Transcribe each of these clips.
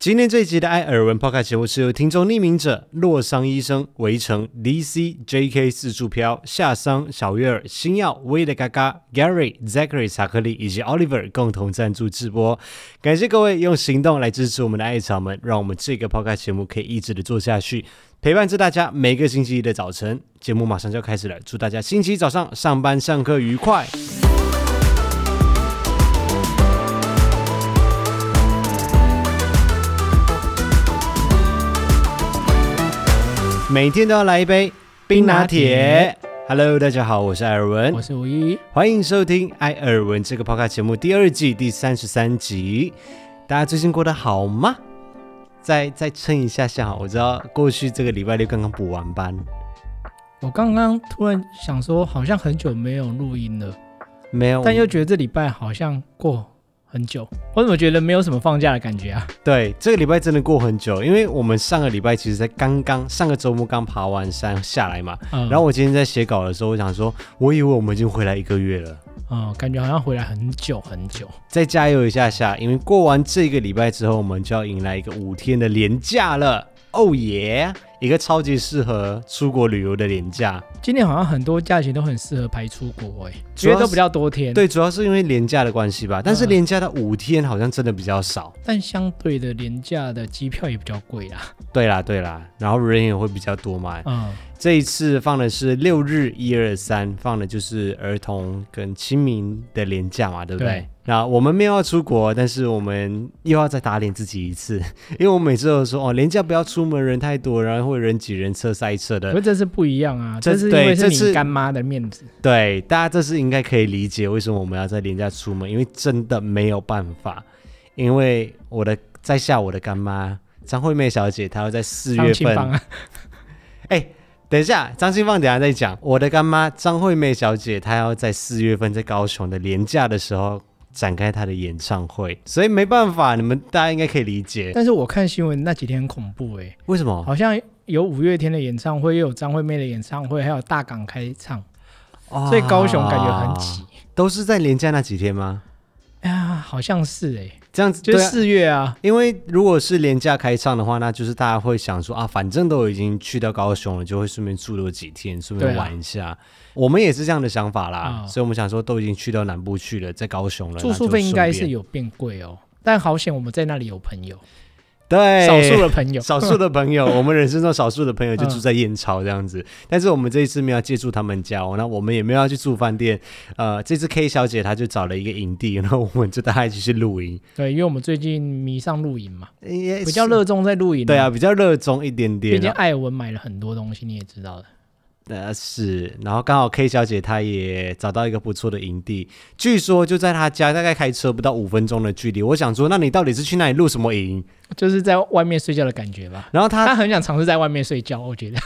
今天这一集的《艾尔文 Podcast》节目是由听众匿名者、洛桑医生、围城、DC、JK 四柱飘、夏桑、小月儿、星耀、威的嘎嘎、Gary、Zachary 巧克力以及 Oliver 共同赞助直播。感谢各位用行动来支持我们的艾草们，让我们这个 Podcast 节目可以一直的做下去，陪伴着大家每个星期一的早晨。节目马上就要开始了，祝大家星期一早上上班上课愉快。每天都要来一杯冰拿铁。Hello，大家好，我是艾尔文我，是吴一，欢迎收听《艾尔文》这个 Podcast 节目第二季第三十三集。大家最近过得好吗？再再撑一下下好，我知道过去这个礼拜六刚刚补完班，我刚刚突然想说，好像很久没有录音了，没有，但又觉得这礼拜好像过很久。我怎么觉得没有什么放假的感觉啊？对这个礼拜真的过很久，因为我们上个礼拜其实才刚刚上个周末刚爬完山下来嘛。嗯然后我今天在写稿的时候，我想说，我以为我们已经回来一个月了。嗯，感觉好像回来很久很久。再加油一下下，因为过完这个礼拜之后，我们就要迎来一个五天的连假了。哦耶！一个超级适合出国旅游的连假。今年好像很多假期都很适合排出国、欸，哎，主因要为都是比较嗯多天。，对，主要是因为连假的关系吧。但是连假的五天好像真的比较少。但相对的廉价的机票也比较贵啦。对啦，对啦，然后人也会比较多嘛。嗯，这一次放的是六日一二三，放的就是儿童跟清明的连假嘛，对不对？对那我们没有要出国，但是我们又要再打脸自己一次， 因为我每次都说哦，连假不要出门，人太多，然后会人挤人、车塞车可的是。这次不一样啊，这这是因对为这是次你干妈的面子。对，大家这是应该可以理解为什么我们要在连假出门，因为真的没有办法，因为我的在下我的干妈张惠妹小姐，她要在四张月清份芳啊，哎、等一下，张新放等一下再讲。我的干妈张惠妹小姐，她要在四月份在高雄的廉价的时候展开她的演唱会，所以没办法，你们大家应该可以理解但是我看新闻那几天很恐怖、欸，为什么好像有五月天的演唱会，又有张惠妹的演唱会，还有大港开唱，哦所以高雄感觉很挤。啊都是在廉价那几天吗？哎呀，好像是哎、这样子就是对啊、四月啊，因为如果是廉价开唱的话，那就是大家会想说啊，反正都已经去到高雄了，就会顺便住了几天，顺便对啊玩一下。我们也是这样的想法啦，啊所以我们想说都已经去到南部去了，在高雄了，住那宿就费应顺该便是有变贵哦。但好险我们在那里有朋友，对少数的朋友，少数的朋 友，我们人生中少数的朋友就嗯住在燕巢这样子，但是我们这一次没有借住他们家、哦，那我们也没有要去住饭店。呃，这次 K 小姐她就找了一个营地，然后我们就大家一起去露营，对，因为我们最近迷上露营嘛，比比较热衷在露营、哎对啊，，比较热衷一点毕点竟啊。艾文买了很多东西，你也知道的。呃，是，然后刚好 K 小姐她也找到一个不错的营地，据说就在她家，大概开车不到五分钟的距离。我想说，那你到底是去那里露什么营？就是在外面睡觉的感觉吧。然后她他很想尝试在外面睡觉，我觉得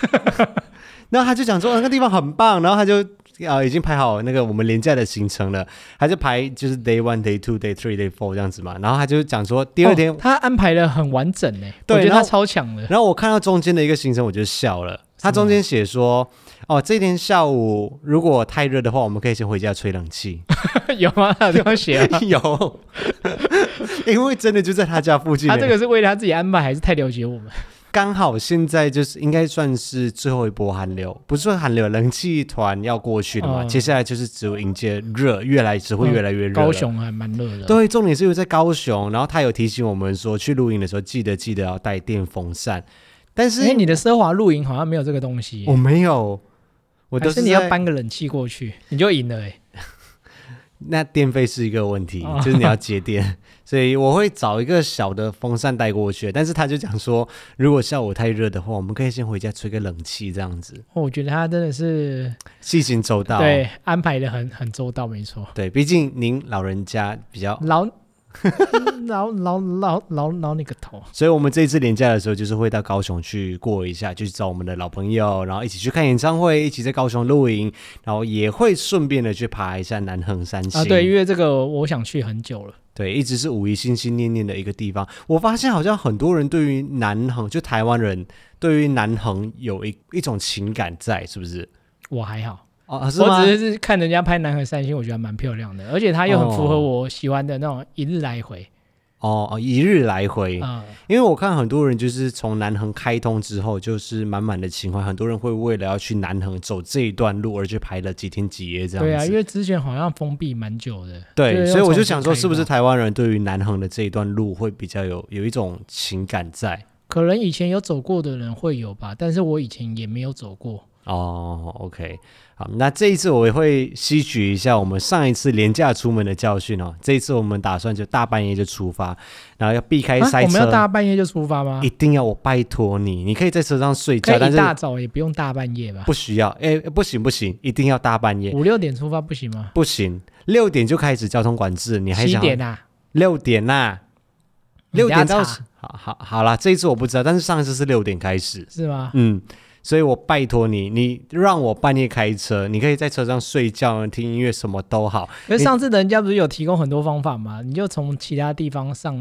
然后他就讲说、呃那个地方很棒，然后他就呃已经排好那个我们廉价的行程了，他就排就是 day one、day two、day three、day four 这样子嘛。然后他就讲说第二天，哦他安排的很完整呢，对我觉得然他后超强的。 然后我看到中间的一个行程我就笑了，他中间写说哦这天下午如果太热的话，我们可以先回家吹冷气。 有吗？他有这样写啊吗？有， 因为真的就在他家附近他欸，这个是为了他自己安排，还是太了解我们？刚好现在就是应该算是最后一波寒流，不是说寒流，冷气团要过去了嘛，嗯接下来就是只有迎接热，越来只会越来越热了、高雄还蛮热的，，对，重点是因为在高雄，然后他有提醒我们说，去露营的时候记得记得要带电风扇。但因为是哎你的奢华露营好像没有这个东西耶，我没有，我都还是是你要在。搬个冷气过去，你就赢了哎。那电费是一个问题哦，就是你要节电，所以我会找一个小的风扇带过去。但是他就讲说，如果下午太热的话，我们可以先回家吹个冷气，这样子哦我觉得他真的是细心周到。哦对安排的很很周到，没错。对，毕竟您老人家比较，老 老老老老老你个头！啊所以我们这一次年假的时候，就是会到高雄去过一下，就是找我们的老朋友，然后一起去看演唱会，一起在高雄露营，然后也会顺便的去爬一下南横三星。啊，对，因为这个我想去很久了。对一直是五一心心念念的一个地方。我发现好像很多人对于南横，就台湾人对于南横有一一种情感在，是不是？我还好，哦，啊是吗我？只是看人家拍南河三星，我觉得还蛮漂亮的，而且它又很符合哦我喜欢的那种一日来回。哦哦，一日来回。嗯，因为我看很多人就是从南横开通之后，就是满满的情怀，很多人会为了要去南横走这一段路而去排了几天几夜这样子。对啊，因为之前好像封闭蛮久的，对，要所以我重就新想说，开是不是放台湾人对于南横的这一段路会比较有有一种情感在？可能以前有走过的人会有吧，但是我以前也没有走过。哦，OK，好，那这一次我也会吸取一下我们上一次廉价出门的教训哦。这一次我们打算就大半夜就出发，然后要避开啊塞我们车，要大半夜就出发吗一？定要我拜托你，你可以在车上睡可觉，但以一是大早也不用大半夜吧？不需要，哎，不行不行，一定要大半夜，五六点出发不行吗？不行，六点就开始交通管制，你还七想点啊？六点呐、你六等下点到查好好好啦，这一次我不知道，但是上一次是六点开始，是吗？嗯，所以我拜托你，你让我半夜开车，你可以在车上睡觉、听音乐，什么都好，可是上次人家不是有提供很多方法吗？你就从其他地方上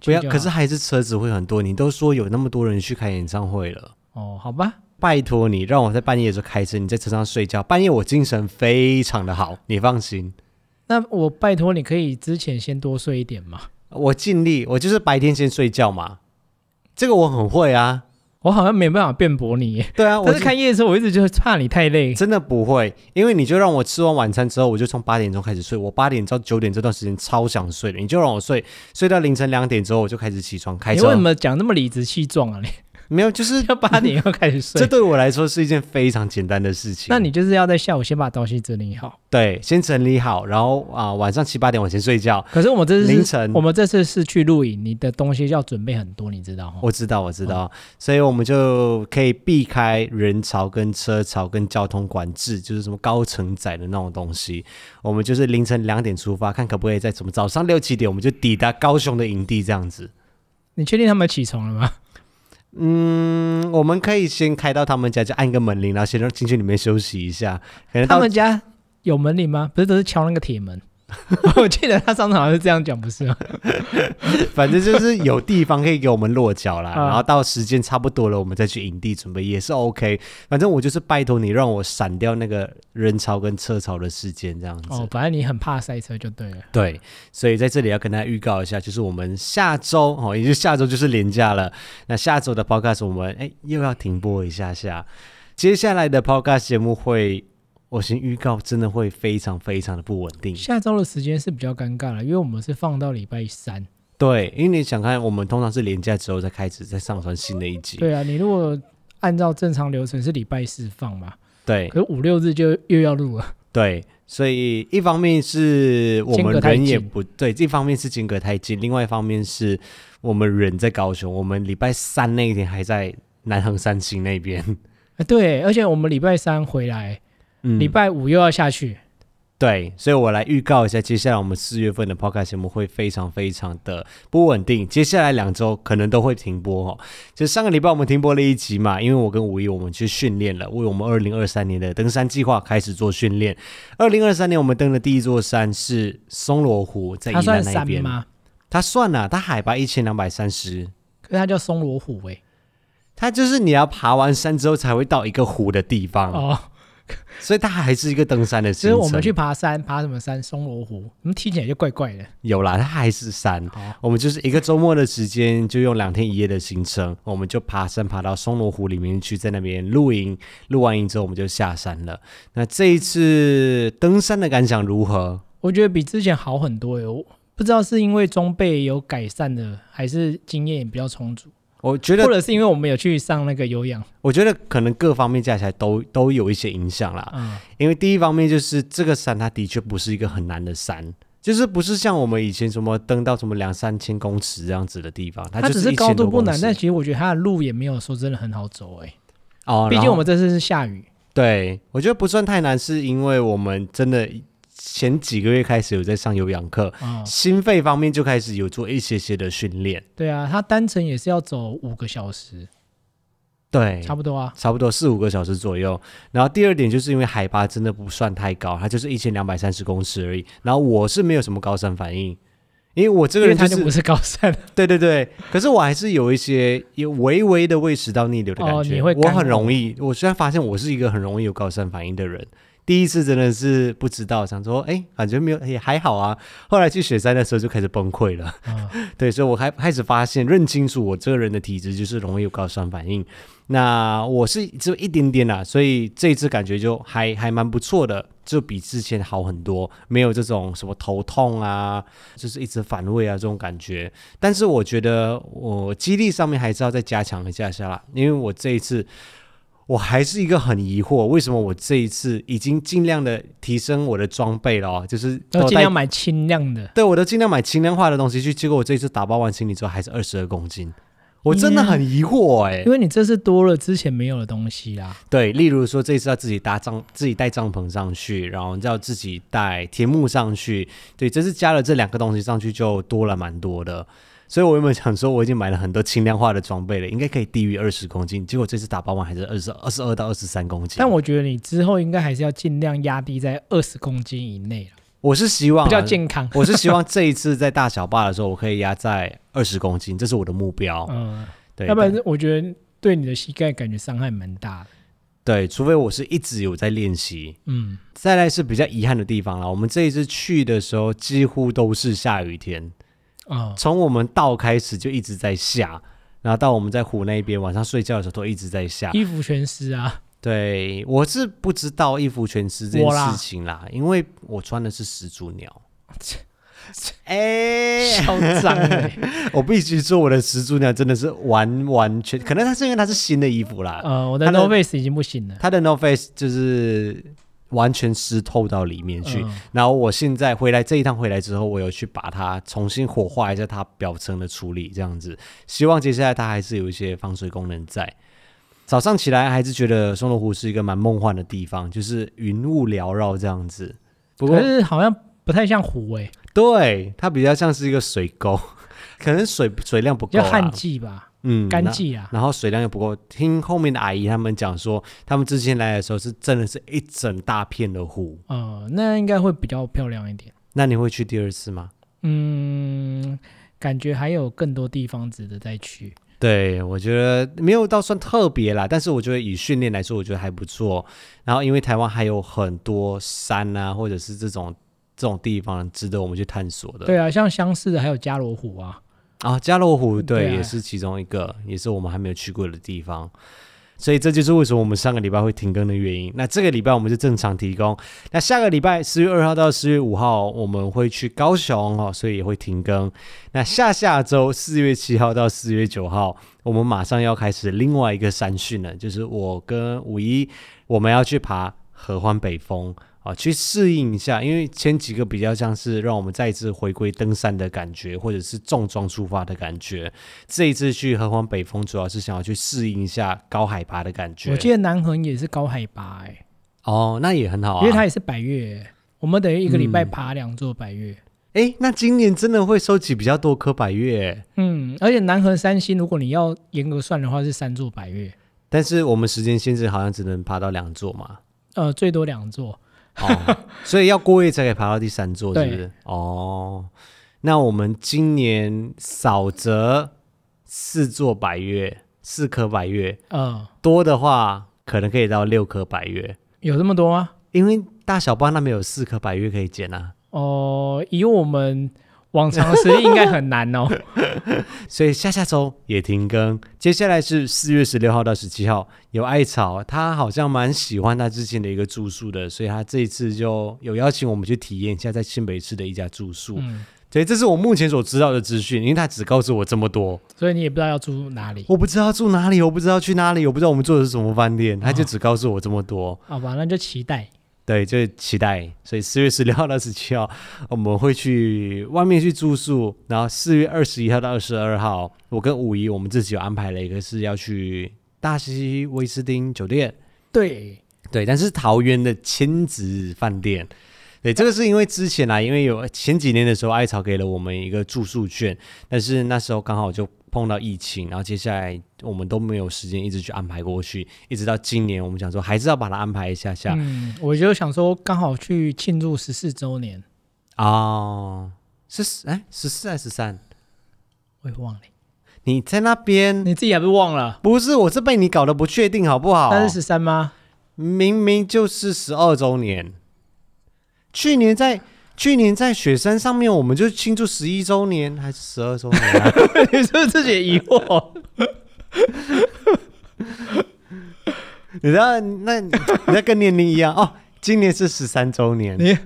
去 不要。就可是好还是车子会很多，你都说有那么多人去开演唱会了。哦，好吧，拜托你，让我在半夜的时候开车，你在车上睡觉。半夜我精神非常的好，你放心，那我拜托你可以之前先多睡一点嘛。我尽力，我就是白天先睡觉嘛。这个我很会啊，我好像没办法辩驳你耶，对啊， 我但是看夜的时候我一直就是怕你太累。真的不会，因为你就让我吃完晚餐之后，我就从八点钟开始睡。我八点到九点这段时间超想睡的，你就让我睡，睡到凌晨两点之后，我就开始起床开你车为。什么讲那么理直气壮啊？你 没有，就是要八点要开始这睡，对我来说是一件非常简单的事情。那你就是要在下午先把东西整理好。对，先整理好，然后啊、晚上七八点我先睡觉。可是我们这次是凌晨我们这次是去露营，你的东西要准备很多，你知道吗？我知道，我知道，所以我们就可以避开人潮、跟车潮、跟交通管制，就是什么高承载的那种东西。我们就是凌晨两点出发，看可不可以在什么早上六七点，我们就抵达高雄的营地这样子。你确定他们起床了吗？嗯，我们可以先开到他们家，就按个门铃，然后先让进去里面休息一下。可能他到们家有门铃吗？不是，都是敲那个 铁门。 我记得他上次好像是这样讲，不是吗？反正就是有地方可以给我们落脚 啦。啊然后到时间差不多了，我们再去营地准备也是 OK。反正我就是拜托你让我闪掉那个人潮跟车潮的时间，这样子。哦，反正你很怕塞车就对了。对，所以在这里要跟大家预告一下，就是我们下周哦，也就是下周就是连假了。那下周的 podcast 我们哎又要停播一下下，接下来的 podcast 节目会，我先预告，真的会非常非常的不稳定。下周的时间是比较尴尬了，因为我们是放到礼拜三。对，因为你想看，我们通常是连假之后再开始再上传新的一集。对啊，你如果按照正常流程是礼拜四放嘛，对可是五六日就又要录了。 对，所以一方面是我间们隔太人也近不对，一方面是间隔太近，另外一方面是我们人在高雄，我们礼拜三那一天还在南横三星那边。啊对，而且我们礼拜三回来，嗯礼拜五又要下去。对，所以我来预告一下，接下来我们四月份的 podcast 节目会非常非常的不稳定，接下来两周可能都会停播哦。就上个礼拜我们停播了一集嘛，因为我跟吴一我们去训练了，为我们二零二三年的登山计划开始做训练。二零二三年我们登的第一座山是松罗湖，在宜它算兰那山边。吗？它算了、它海拔一千两百三十，可是它叫松罗湖哎、它就是你要爬完山之后才会到一个湖的地方，哦，所以它还是一个登山的所行以程。我们去爬山，爬什么山？松罗湖，我们听起来就怪怪的。有啦，它还是山。好，我们就是一个周末的时间，就用两天一夜的行程，我们就爬山爬到松罗湖里面去，在那边露营。露完营之后，我们就下山了。那这一次登山的感想如何？我觉得比之前好很多哟。不知道是因为装备有改善的，还是经验也比较充足，我觉或得，者是因为我们有去上那个有氧，我觉得可能各方面加起来都都有一些影响啦。嗯，因为第一方面就是这个山，它的确不是一个很难的山。就是不是像我们以前什么登到什么两三千公尺这样子的地方，它它就只是一高千多度不公难，尺但其实我觉得它的路也没有说真的很好走哎、哦，毕然竟后我们这次是下雨，对，我觉得不算太难，是因为我们真的前几个月开始有在上有氧课，嗯，心肺方面就开始有做一些些的训练。对啊，它单程也是要走五个小时，对，差不多啊，差不多四五个小时左右。然后第二点就是因为海拔真的不算太高，它就是一千两百三十公尺而已。然后我是没有什么高山反应。因为我这个因为人它是就不是高山，对对对，可是我还是有一些有微微的胃食道逆流的感觉。哦你会我干很呕容易，我虽然发现我是一个很容易有高山反应的人，第一次真的是不知道，想说哎，感觉没有也还好啊。后来去雪山的时候就开始崩溃了，啊， 对，所以我还开始发现认清楚我这个人的体质就是容易有高山反应。那我是只有一点点啦、所以这一次感觉就还还蛮不错的，就比之前好很多，没有这种什么头痛啊，就是一直反胃啊这种感觉。但是我觉得我肌力上面还是要再加强一下下啦，因为我这一次我还是一个很疑惑，为什么我这一次已经尽量的提升我的装备了、哦，就是要都尽带量买轻量的。对，我都尽量买轻量化的东西去，结果我这一次打包完行李之后还是二十二公斤，我真的嗯很疑惑哎、因为你这是多了之前没有的东西啊啦，对，例如说这一次要自己搭帐，自己带帐篷上去，然后要自己带天幕上去，对，这次加了这两个东西上去就多了蛮多的。所以我原本想说我已经买了很多轻量化的装备了，应该可以低于二十公斤，结果这次打包完还是二十二十二到二十三公斤。但我觉得你之后应该还是要尽量压低在二十公斤以内啦我是希望比较啊健康。我是希望这一次在大小坝的时候，我可以压在二十公斤，这是我的目标。嗯，对，要不然我觉得对你的膝盖感觉伤害蛮大的。对，除非我是一直有在练习。嗯，再来是比较遗憾的地方了，我们这一次去的时候几乎都是下雨天，啊、从我们到开始就一直在下，然后到我们在湖那边晚上睡觉的时候都一直在下。衣服全湿啊， 对，我是不知道一服全湿这件我啦事情啦，因为我穿的是始祖鸟。哎、嚣张欸 我必须说，我的始祖鸟真的是完完全，可能它是因为它是新的衣服啦，呃，我的他的 No Face 已经不行了。它的 No Face 就是完全湿透到里面去。嗯然后我现在回来这一趟回来之后，我有去把它重新火化一下它表层的处理，这样子，希望接下来它还是有一些防水功能在。早上起来还是觉得松罗湖是一个蛮梦幻的地方，就是云雾缭绕这样子。不过可，是好像不太像欸湖诶、对它比较像是一个水沟， 可能水水量不比够较啦，旱季吧，嗯，干那季啊。然后水量又不够。听后面的阿姨他们讲说，他们之前来的时候是真的是一整大片的湖。呃，那应该会比较漂亮一点。那你会去第二次吗？嗯，感觉还有更多地方值得再去。对，我觉得没有到算特别啦，但是我觉得以训练来说，我觉得还不错。然后因为台湾还有很多山啊，或者是这种这种地方值得我们去探索的。对啊，像相似的还有加罗湖啊，啊，加罗湖对对啊也是其中一个，也是我们还没有去过的地方。所以这就是为什么我们上个礼拜会停更的原因。那这个礼拜我们就正常提供。那下个礼拜四月二号到四月五号我们会去高雄哦，所以也会停更。那下下周四月七号到四月九号，我们马上要开始另外一个山训了，就是我跟五一我们要去爬合欢北峰。啊，去适应一下，因为前几个比较像是让我们再一次回归登山的感觉，或者是重装出发的感觉。这一次去合欢北峰，主要是想要去适应一下高海拔的感觉我。记得南横也是高海拔欸诶、哦，那也很好啊。因为它也是百越欸、我们等于一个礼拜爬两座百越。诶，那今年真的会收集比较多颗百月，嗯，而且南横三星，如果你要严格算的话，是三座百越，但是我们时间限制好像只能爬到两座嘛。呃，最多两座。哦，所以要过夜才可以爬到第三座，是不是对？哦，那我们今年少则四座百月，四颗百月。呃，多的话，可能可以到六颗百月，有这么多吗？因为大小巴那边有四颗百月可以捡啊，哦、以我们往常的实力，应该很难 哦。所以下下周也停更。接下来是四月十六号到十七号，有艾草，他好像蛮喜欢他之前的一个住宿的，所以他这一次就有邀请我们去体验一下在新北市的一家住宿。嗯，所以这是我目前所知道的资讯，因为他只告诉我这么多，所以你也不知道要住哪里。我不知道住哪里，我不知道去哪里，我不知道我们住的是什么饭店，他就哦只告诉我这么多。好吧，那就期待。对，就是期待。所以四月十六号到十七号，我们会去外面去住宿，然后四月二十一号到二十二号，我跟五一我们自己有安排了一个是要去大溪威斯汀酒店，对，对，但是桃园的亲子饭店。对，这个是因为之前啊，因为有前几年的时候，艾草给了我们一个住宿券，但是那时候刚好就碰到疫情，然后接下来我们都没有时间一直去安排过去，一直到今年我们想说还是要把它安排一下下，嗯，我就想说，刚好去庆祝十四周年，哦，是哎十四还是十三？我也忘了，你在那边你自己还不忘了？不是？我是被你搞得不确定，好不好？那是十三吗？明明就是十二周年。去年在去年在雪山上面，我们就庆祝十一周年还是十二周年、啊？ 你是不是自己也疑惑？你知道那你在跟年龄一样哦。今年是十三周年， 你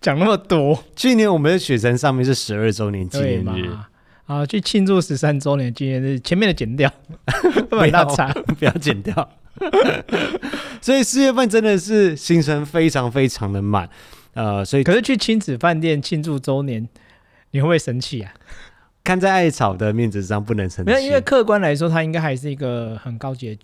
讲那么多，去年我们在雪山上面是十二周年纪对念日，嘛？啊，去庆祝十三周年纪念日，前面的剪 掉，不然大差。不要剪掉。 所以四月份真的是行程非常非常的满，呃，所以可是去亲子饭店庆祝周年，你会不会生气啊？看在艾草的面子上不能生没有，因气为。客观来说，它应该还是一个很高级的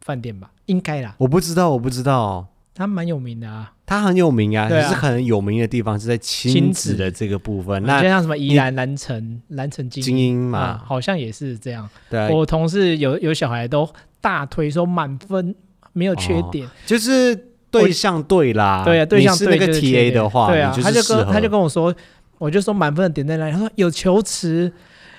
饭店吧？应该啦，我不知道，我不哦知道，它蛮有名的啊。它很有名啊，对可啊是很有名的地方是在亲亲子子啊的这个部分，就那像什么宜你兰蓝城、蓝城精精英英啊，嘛，好像也是这样。对啊，我同事有有小孩都大推说满分，没有缺哦点。就是对象对啦，对啊，对象你是对那就个是 T A 的话，对啊你，他是就适跟合他就跟我说，我就说满分的点在哪里？他说有球池，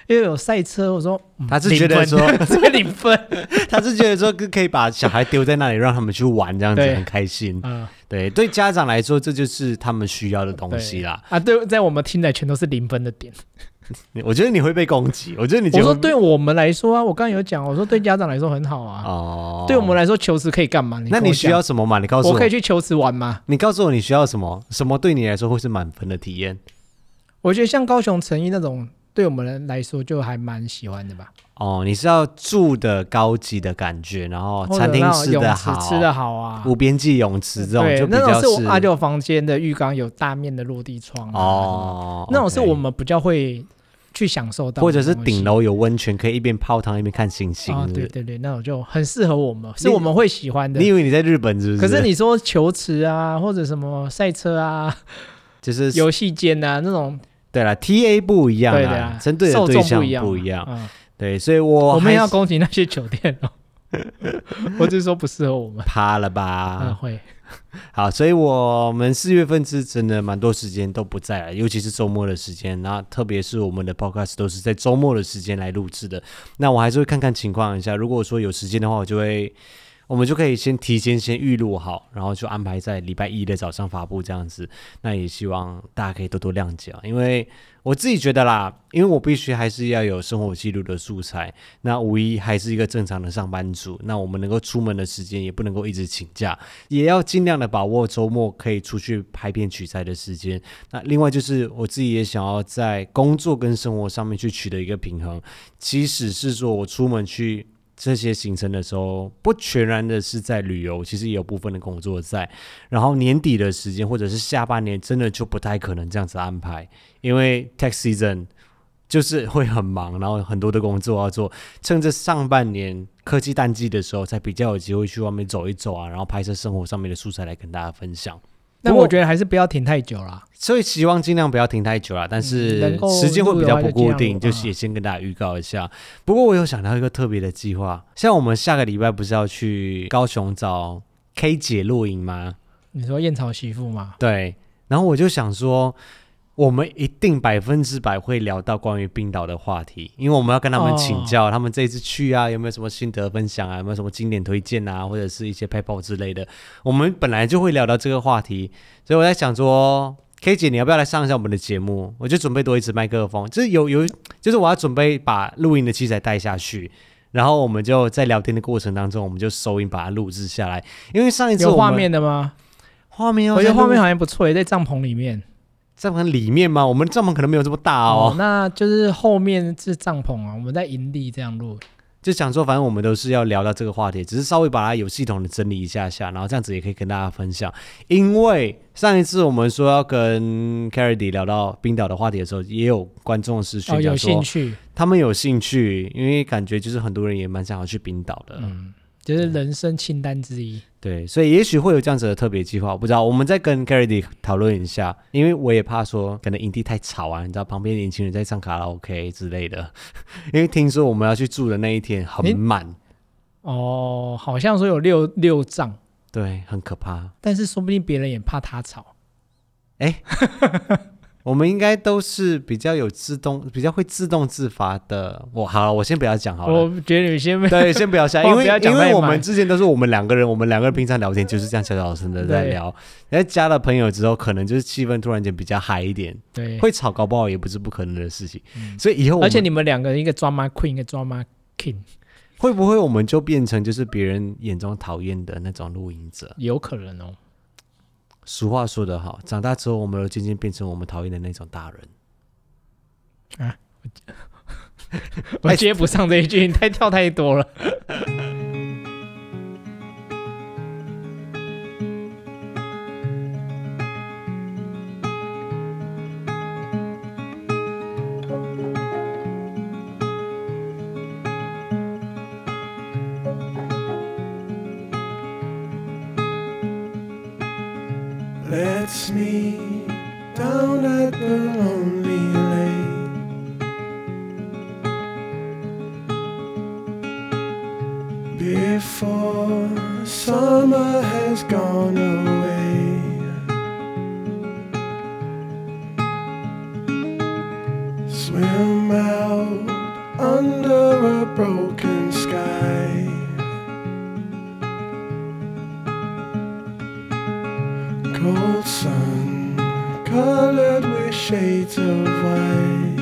又有赛车。我说、嗯、他是觉得零分说， 直接零分。他是觉得说可以把小孩丢在那里，让他们去玩，这样子对很开心。嗯，对，对家长来说，这就是他们需要的东西啦。啊，对，在我们听来全都是零分的点。你我觉得你会被攻击，我觉得你我结说婚对我们来说啊，我刚刚有讲，我说对家长来说很好啊。哦，对我们来说，球池可以干嘛？那跟我你需讲要什么嘛？你告诉我我可以，去球池玩吗？你告诉我你需要什么？什么对你来说会是满分的体验？我觉得像高雄诚毅那种，对我们来说就还蛮喜欢的吧。哦，你是要住的高级的感觉，然后或者哦餐厅那种吃泳的池好，吃的好啊，无边际泳池这种对就，比那种较是我啊阿舅房间的浴缸有大面的落地窗、啊、哦，那种是 OK 我们比较会去享受到的东或西，者是顶楼有温泉，可以一边泡汤一边看星星。啊，是不对是对对，那种就很适合我们，是你我们会喜欢的你。以为你在日本是不可是是你说球池啊，或者什么赛车 啊、就是游戏间啊那种，对了，T A 不一样对的啦啊，针对的受对众象一样嘛，一样。嗯对，所以我我们还也要是攻击那些酒 店哦。我只是说不适合我们。趴了嗯，吧？会好，所以我们四月份是真的蛮多时间都不在了，尤其是周末的时间。然后特别是我们的 podcast 都是在周末的时间来录制的。那我还是会看看情况一下，如果说有时间的话，我就会。我们就可以先提前先预录好，然后就安排在礼拜一的早上发布这样子。那也希望大家可以多多谅解啊，因为我自己觉得啦，因为我必须还是要有生活记录的素材。那五一还是一个正常的上班族，那我们能够出门的时间也不能够一直请假，也要尽量的把握周末可以出去拍片取材的时间。那另外就是我自己也想要在工作跟生活上面去取得一个平衡，即使是说我出门去。这些行程的时候，不全然的是在旅游，其实也有部分的工作在。然后年底的时间或者是下半年，真的就不太可能这样子安排，因为 tax season 就是会很忙，然后很多的工作要做。趁着上半年科技淡季的时候，才比较有机会去外面走一走啊，然后拍摄生活上面的素材来跟大家分享。但不过我觉得还是不要停太久啦。所以希望尽量不要停太久啦，但是嗯能够时间会比较不固录的定，话就尽量录嗯就吧是也先跟大家预告一下。不过我有想到一个特别的计划，像我们下个礼拜不是要去高雄找 K 姐露营吗？你说燕巢媳妇嘛，对，然后我就想说，我们一定百分之百会聊到关于冰岛的话题，因为我们要跟他们哦请教，他们这一次去啊，有没有什么心得分享啊，有没有什么经典推荐啊，或者是一些 paper 之类的，我们本来就会聊到这个话题，所以我在想说。K 姐，你要不要来上一下我们的节目？我就准备多一支麦克风，就是有有，就是我要准备把录音的器材带下去，然后我们就在聊天的过程当中，我们就收音把它录制下来。因为上一次有我们画，面的吗？画面要我觉得再录画面好像不错耶，在帐篷里面。帐篷里面吗？我们帐篷可能没有这么大哦，那就是后面是帐篷啊，我们在营地这样录。就想说，反正我们都是要聊到这个话题，只是稍微把它有系统的整理一下下，然后这样子也可以跟大家分享。因为上一次我们说要跟 Carity 聊到冰岛的话题的时候，也有观众是哦，询有讲说、兴趣，他们有兴趣，因为感觉就是很多人也蛮想要去冰岛的，嗯，就是人生清单之一。对，所以也许会有这样子的特别计划，我不知道，我们再跟 Carity 讨论一下，因为我也怕说可能营地太吵啊，你知道旁边年轻人在唱卡拉 OK 之类的，因为听说我们要去住的那一天很你满，哦，好像说有六六帐，对，很可怕。但是说不定别人也怕他吵。哎我们应该都是比较有自动、比较会自动自发的。我好了，我先不要讲好了。我觉得有些 没对，先不要 下，话因为不要讲因太为满我们之前都是我们两个人，我们两个人平常聊天就是这样小小声的在对聊，然后加了朋友之后，可能就是气氛突然间比较嗨一点，对，会吵搞不好也不是不可能的事情。嗯所以以后我们而且你们两个一个 drama queen，一个 drama king，会不会我们就变成就是别人眼中讨厌的那种露营者？有可 能哦。俗话说得好，长大之后我们都渐渐变成我们讨厌的那种大人。我接不上这一 句，你太跳太多了。 Let's meet down at the lonely lake. Before summer has gone away, swim out under a broken sky. cold sun colored with shades of white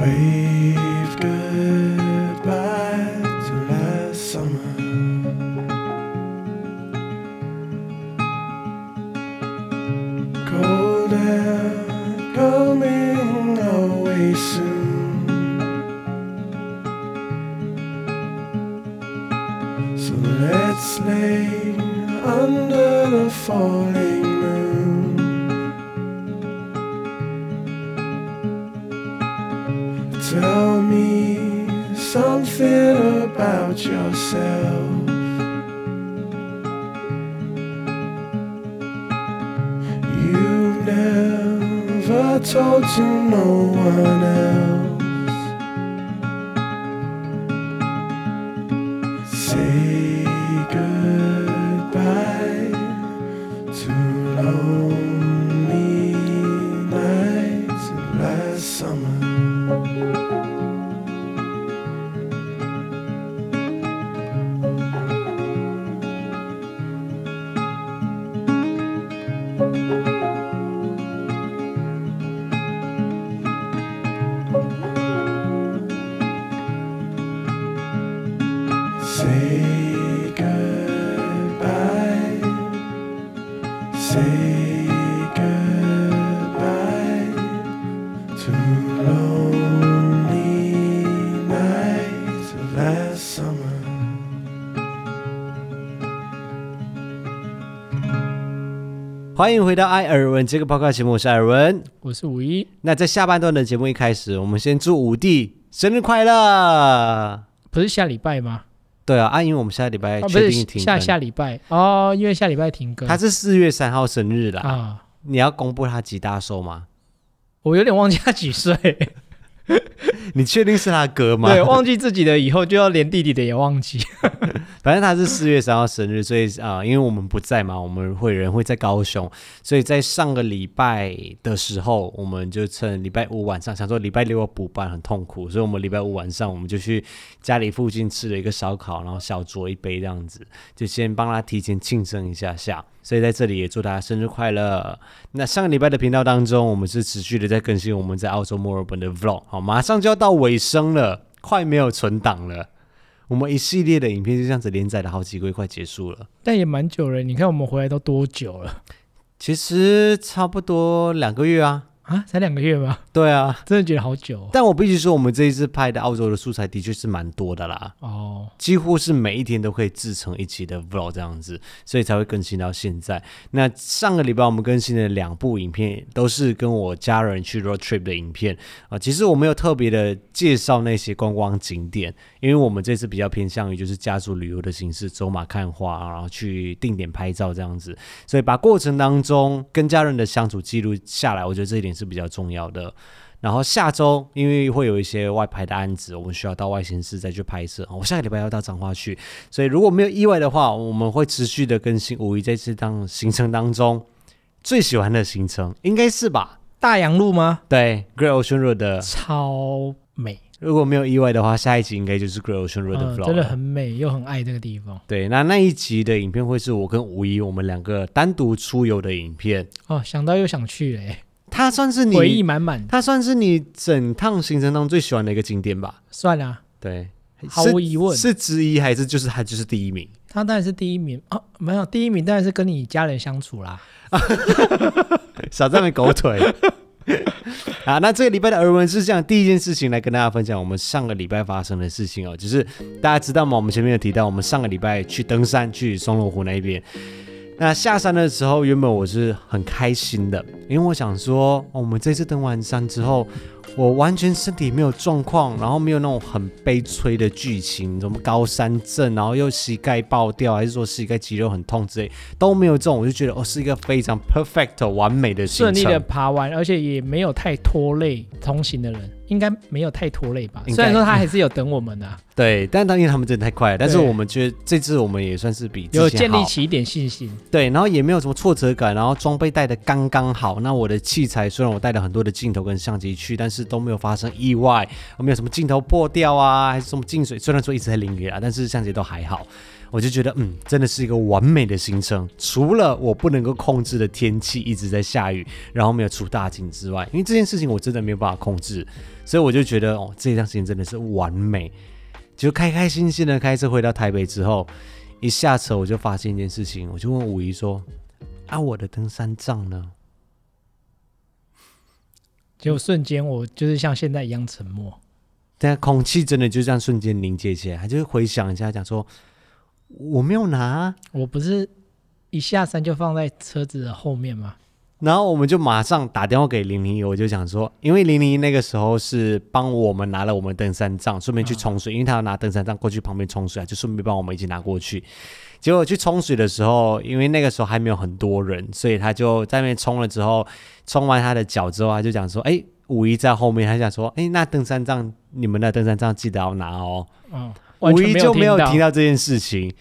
wave goodbye to last summer cold air coming our way soon So let's lay under the falling moon. Tell me something about yourself. You've never told to no one else. Say goodbye to lonely nights of last summer. Say goodbye. Say goodbye to lonely nights of last summer. 《欢迎回到艾尔文》这个 podcast 节目，我是艾尔文。我是五一，那在下半段的节目一开始，我们先祝五弟生日快乐。不是下礼拜吗？对啊，啊，因为我们下礼拜啊，不确是定停更，下下礼拜哦，因为下礼拜停更他是四月三号生日啦。啊，你要公布他几大寿吗？我有点忘记他几岁，你确定是他哥吗？对，忘记自己的以后就要连弟弟的也忘记。 反正他是四月三号生日，所以啊、呃因为我们不在嘛，我们会人会在高雄，所以在上个礼拜的时候，我们就趁礼拜五晚上，想说礼拜六要补班很痛苦，所以我们礼拜五晚上我们就去家里附近吃了一个烧烤，然后小酌一杯这样子，就先帮他提前庆生一下下。所以在这里也祝大家生日快乐。那上个礼拜的频道当中，我们是持续的在更新我们在澳洲墨尔本的 vlog，好，马上就要到尾声了，快没有存档了。我们一系列的影片就这样子连载了好几个月，快结束了。但也蛮久了，你看我们回来都多久了其实差不多两个月啊，啊？才两个月吗？ 对啊。真的觉得好久哦但我必须说，我们这一次拍的澳洲的素材的确是蛮多的啦，哦。几乎是每一天都可以制成一期的 vlog 这样子，所以才会更新到现在。那上个礼拜我们更新的两部影片都是跟我家人去 road trip 的影片啊、其实我没有特别的介绍那些观光景点，因为我们这次比较偏向于就是家族旅游的形式，走马看花，然后去定点拍照这样子。所以把过程当中跟家人的相处记录下来，我觉得这一点是比较重要的。然后下周因为会有一些外拍的案子，我们需要到外县市再去拍摄。哦我下个礼拜要到彰化去，所以如果没有意外的话，我们会持续的更新五一这次当行程当中最喜欢的行程，应该是吧？大洋路吗？对，Great Ocean Road 的，超美，如果没有意外的话，下一集应该就是 Great Ocean Road 的嗯， vlog，、真的很美，又很爱这个地方对。那那一集的影片会是我跟吴一我们两个单独出游的影片，哦，想到又想去嘞，它算是回忆你，满满。它算是你整趟行程当中最喜欢的一个景点吧？算了，对，毫是无疑问是之一还是就是它就是第一名？他当然是第一名哦，没有第一名当然是跟你家人相处啦。少在那边狗腿。 啊，那这个礼拜的耳闻是这样，第一件事情来跟大家分享我们上个礼拜发生的事情哦，就是大家知道吗？我们前面有提到，我们上个礼拜去登山，去松龙湖那一边。那下山的时候，原本我是很开心的，因为我想说，哦我们这次登完山之后，我完全身体没有状况，然后没有那种很悲催的剧情，什么高山症，然后又膝盖爆掉，还是说膝盖肌肉很痛之类，都没有这种，我就觉得哦，是一个非常 perfect 完美的行顺程，利的爬完，而且也没有太拖累同行的人，应该没有太拖累吧？应该虽然说他还是有等我们啊 的、对，但当然他们真的太快了，但是对我们觉得这次我们也算是比之前有建立好起一点信心。对，然后也没有什么挫折感，然后装备带的刚刚好。那我的器材虽然我带了很多的镜头跟相机去，但是都没有发生意外，没有什么镜头破掉啊，还是什么进水。虽然说一直在淋雨啊，但是相机都还好。我就觉得，嗯，真的是一个完美的行程，除了我不能够控制的天气一直在下雨，然后没有出大景之外，因为这件事情我真的没有办法控制，所以我就觉得，哦，这一趟行程真的是完美。就开开心心的开车回到台北之后，一下车我就发现一件事情，我就问五姨说：“啊，我的登山杖呢结果瞬间我就是像现在一样沉默。？”但空气真的就这样瞬间凝结起来，他就回想一下，讲说：“我没有拿啊。我不是一下山就放在车子的后面吗？”然后我们就马上打电话给零零一，我就想说，因为零零一那个时候是帮我们拿了我们登山杖，顺便去冲水，因为他要拿登山杖过去旁边冲水啊，就顺便帮我们一起拿过去。结果去冲水的时候，因为那个时候还没有很多人，所以他就在那边冲了之后，冲完他的脚之后，他就讲说：“哎，五一在后面，他想说，哎，那登山杖，你们的登山杖记得要拿哦。”嗯，完五全一就没有到提。到这件事情。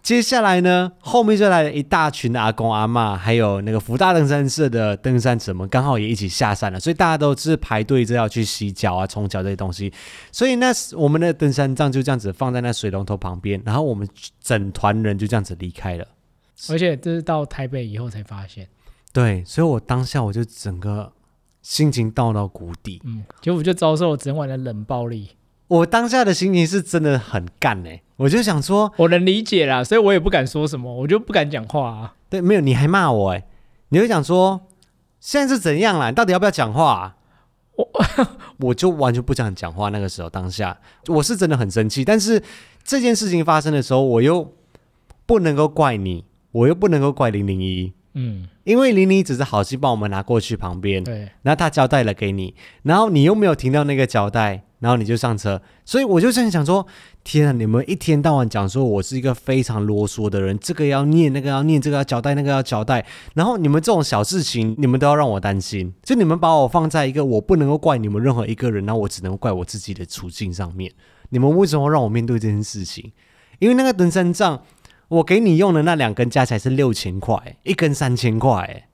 接下来呢，后面就来了一大群的阿公阿嬷，还有那个福大登山社的登山者们，刚好也一起下山了，所以大家都是排队着要去洗脚啊、冲脚这些东西。所以那时我们的登山杖就这样子放在那水龙头旁边，然后我们整团人就这样子离开了。而且这是到台北以后才发现，对，所以我当下我就整个心情荡到谷底。嗯，结果我就遭受整晚的冷暴力。我当下的心情是真的很干哎、我就想说，我能理解啦，所以我也不敢说什么，我就不敢讲话啊。对，没有，你还骂我哎、你会讲说现在是怎样啦？你到底要不要讲话、啊？我 我就完全不想讲话。那个时候当下，我是真的很生气，但是这件事情发生的时候，我又不能够怪你，我又不能够怪零零一，嗯，因为零零一只是好心帮我们拿过去旁边，对，然后他交代了给你，然后你又没有停到那个胶带，然后你就上车，所以我就在想说，天啊，你们一天到晚讲说我是一个非常啰嗦的人，这个要念，那个要念，这个要交代，那个要交代，然后你们这种小事情，你们都要让我担心，就你们把我放在一个我不能够怪你们任何一个人，那我只能怪我自己的处境上面，你们为什么让我面对这件事情？因为那个登山杖，我给你用的那两根加起来是六千块，一根三千块，哎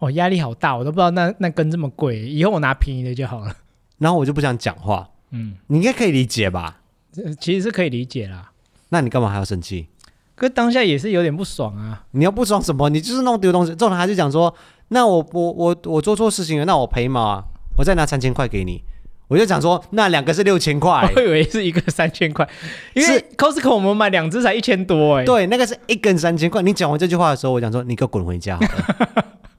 我、哦压力好大，我都不知道那那根这么贵，以后我拿便宜的就好了。 然后我就不想讲话，嗯，你应该可以理解吧？这其实是可以理解啦，那你干嘛还要生气？可是当下也是有点不爽啊。你要不爽什么？你就是弄丢东西。这种人还是讲说，那我我我我做错事情了，那我赔嘛、啊，我再拿三千块给你。我就讲说，那两个是六千块， 我以为是一个三千块，因是为 Costco 我们买两只才一千多哎、，对，那个是一根三千块。你讲完这句话的时候，我讲说，你给我滚回家好了。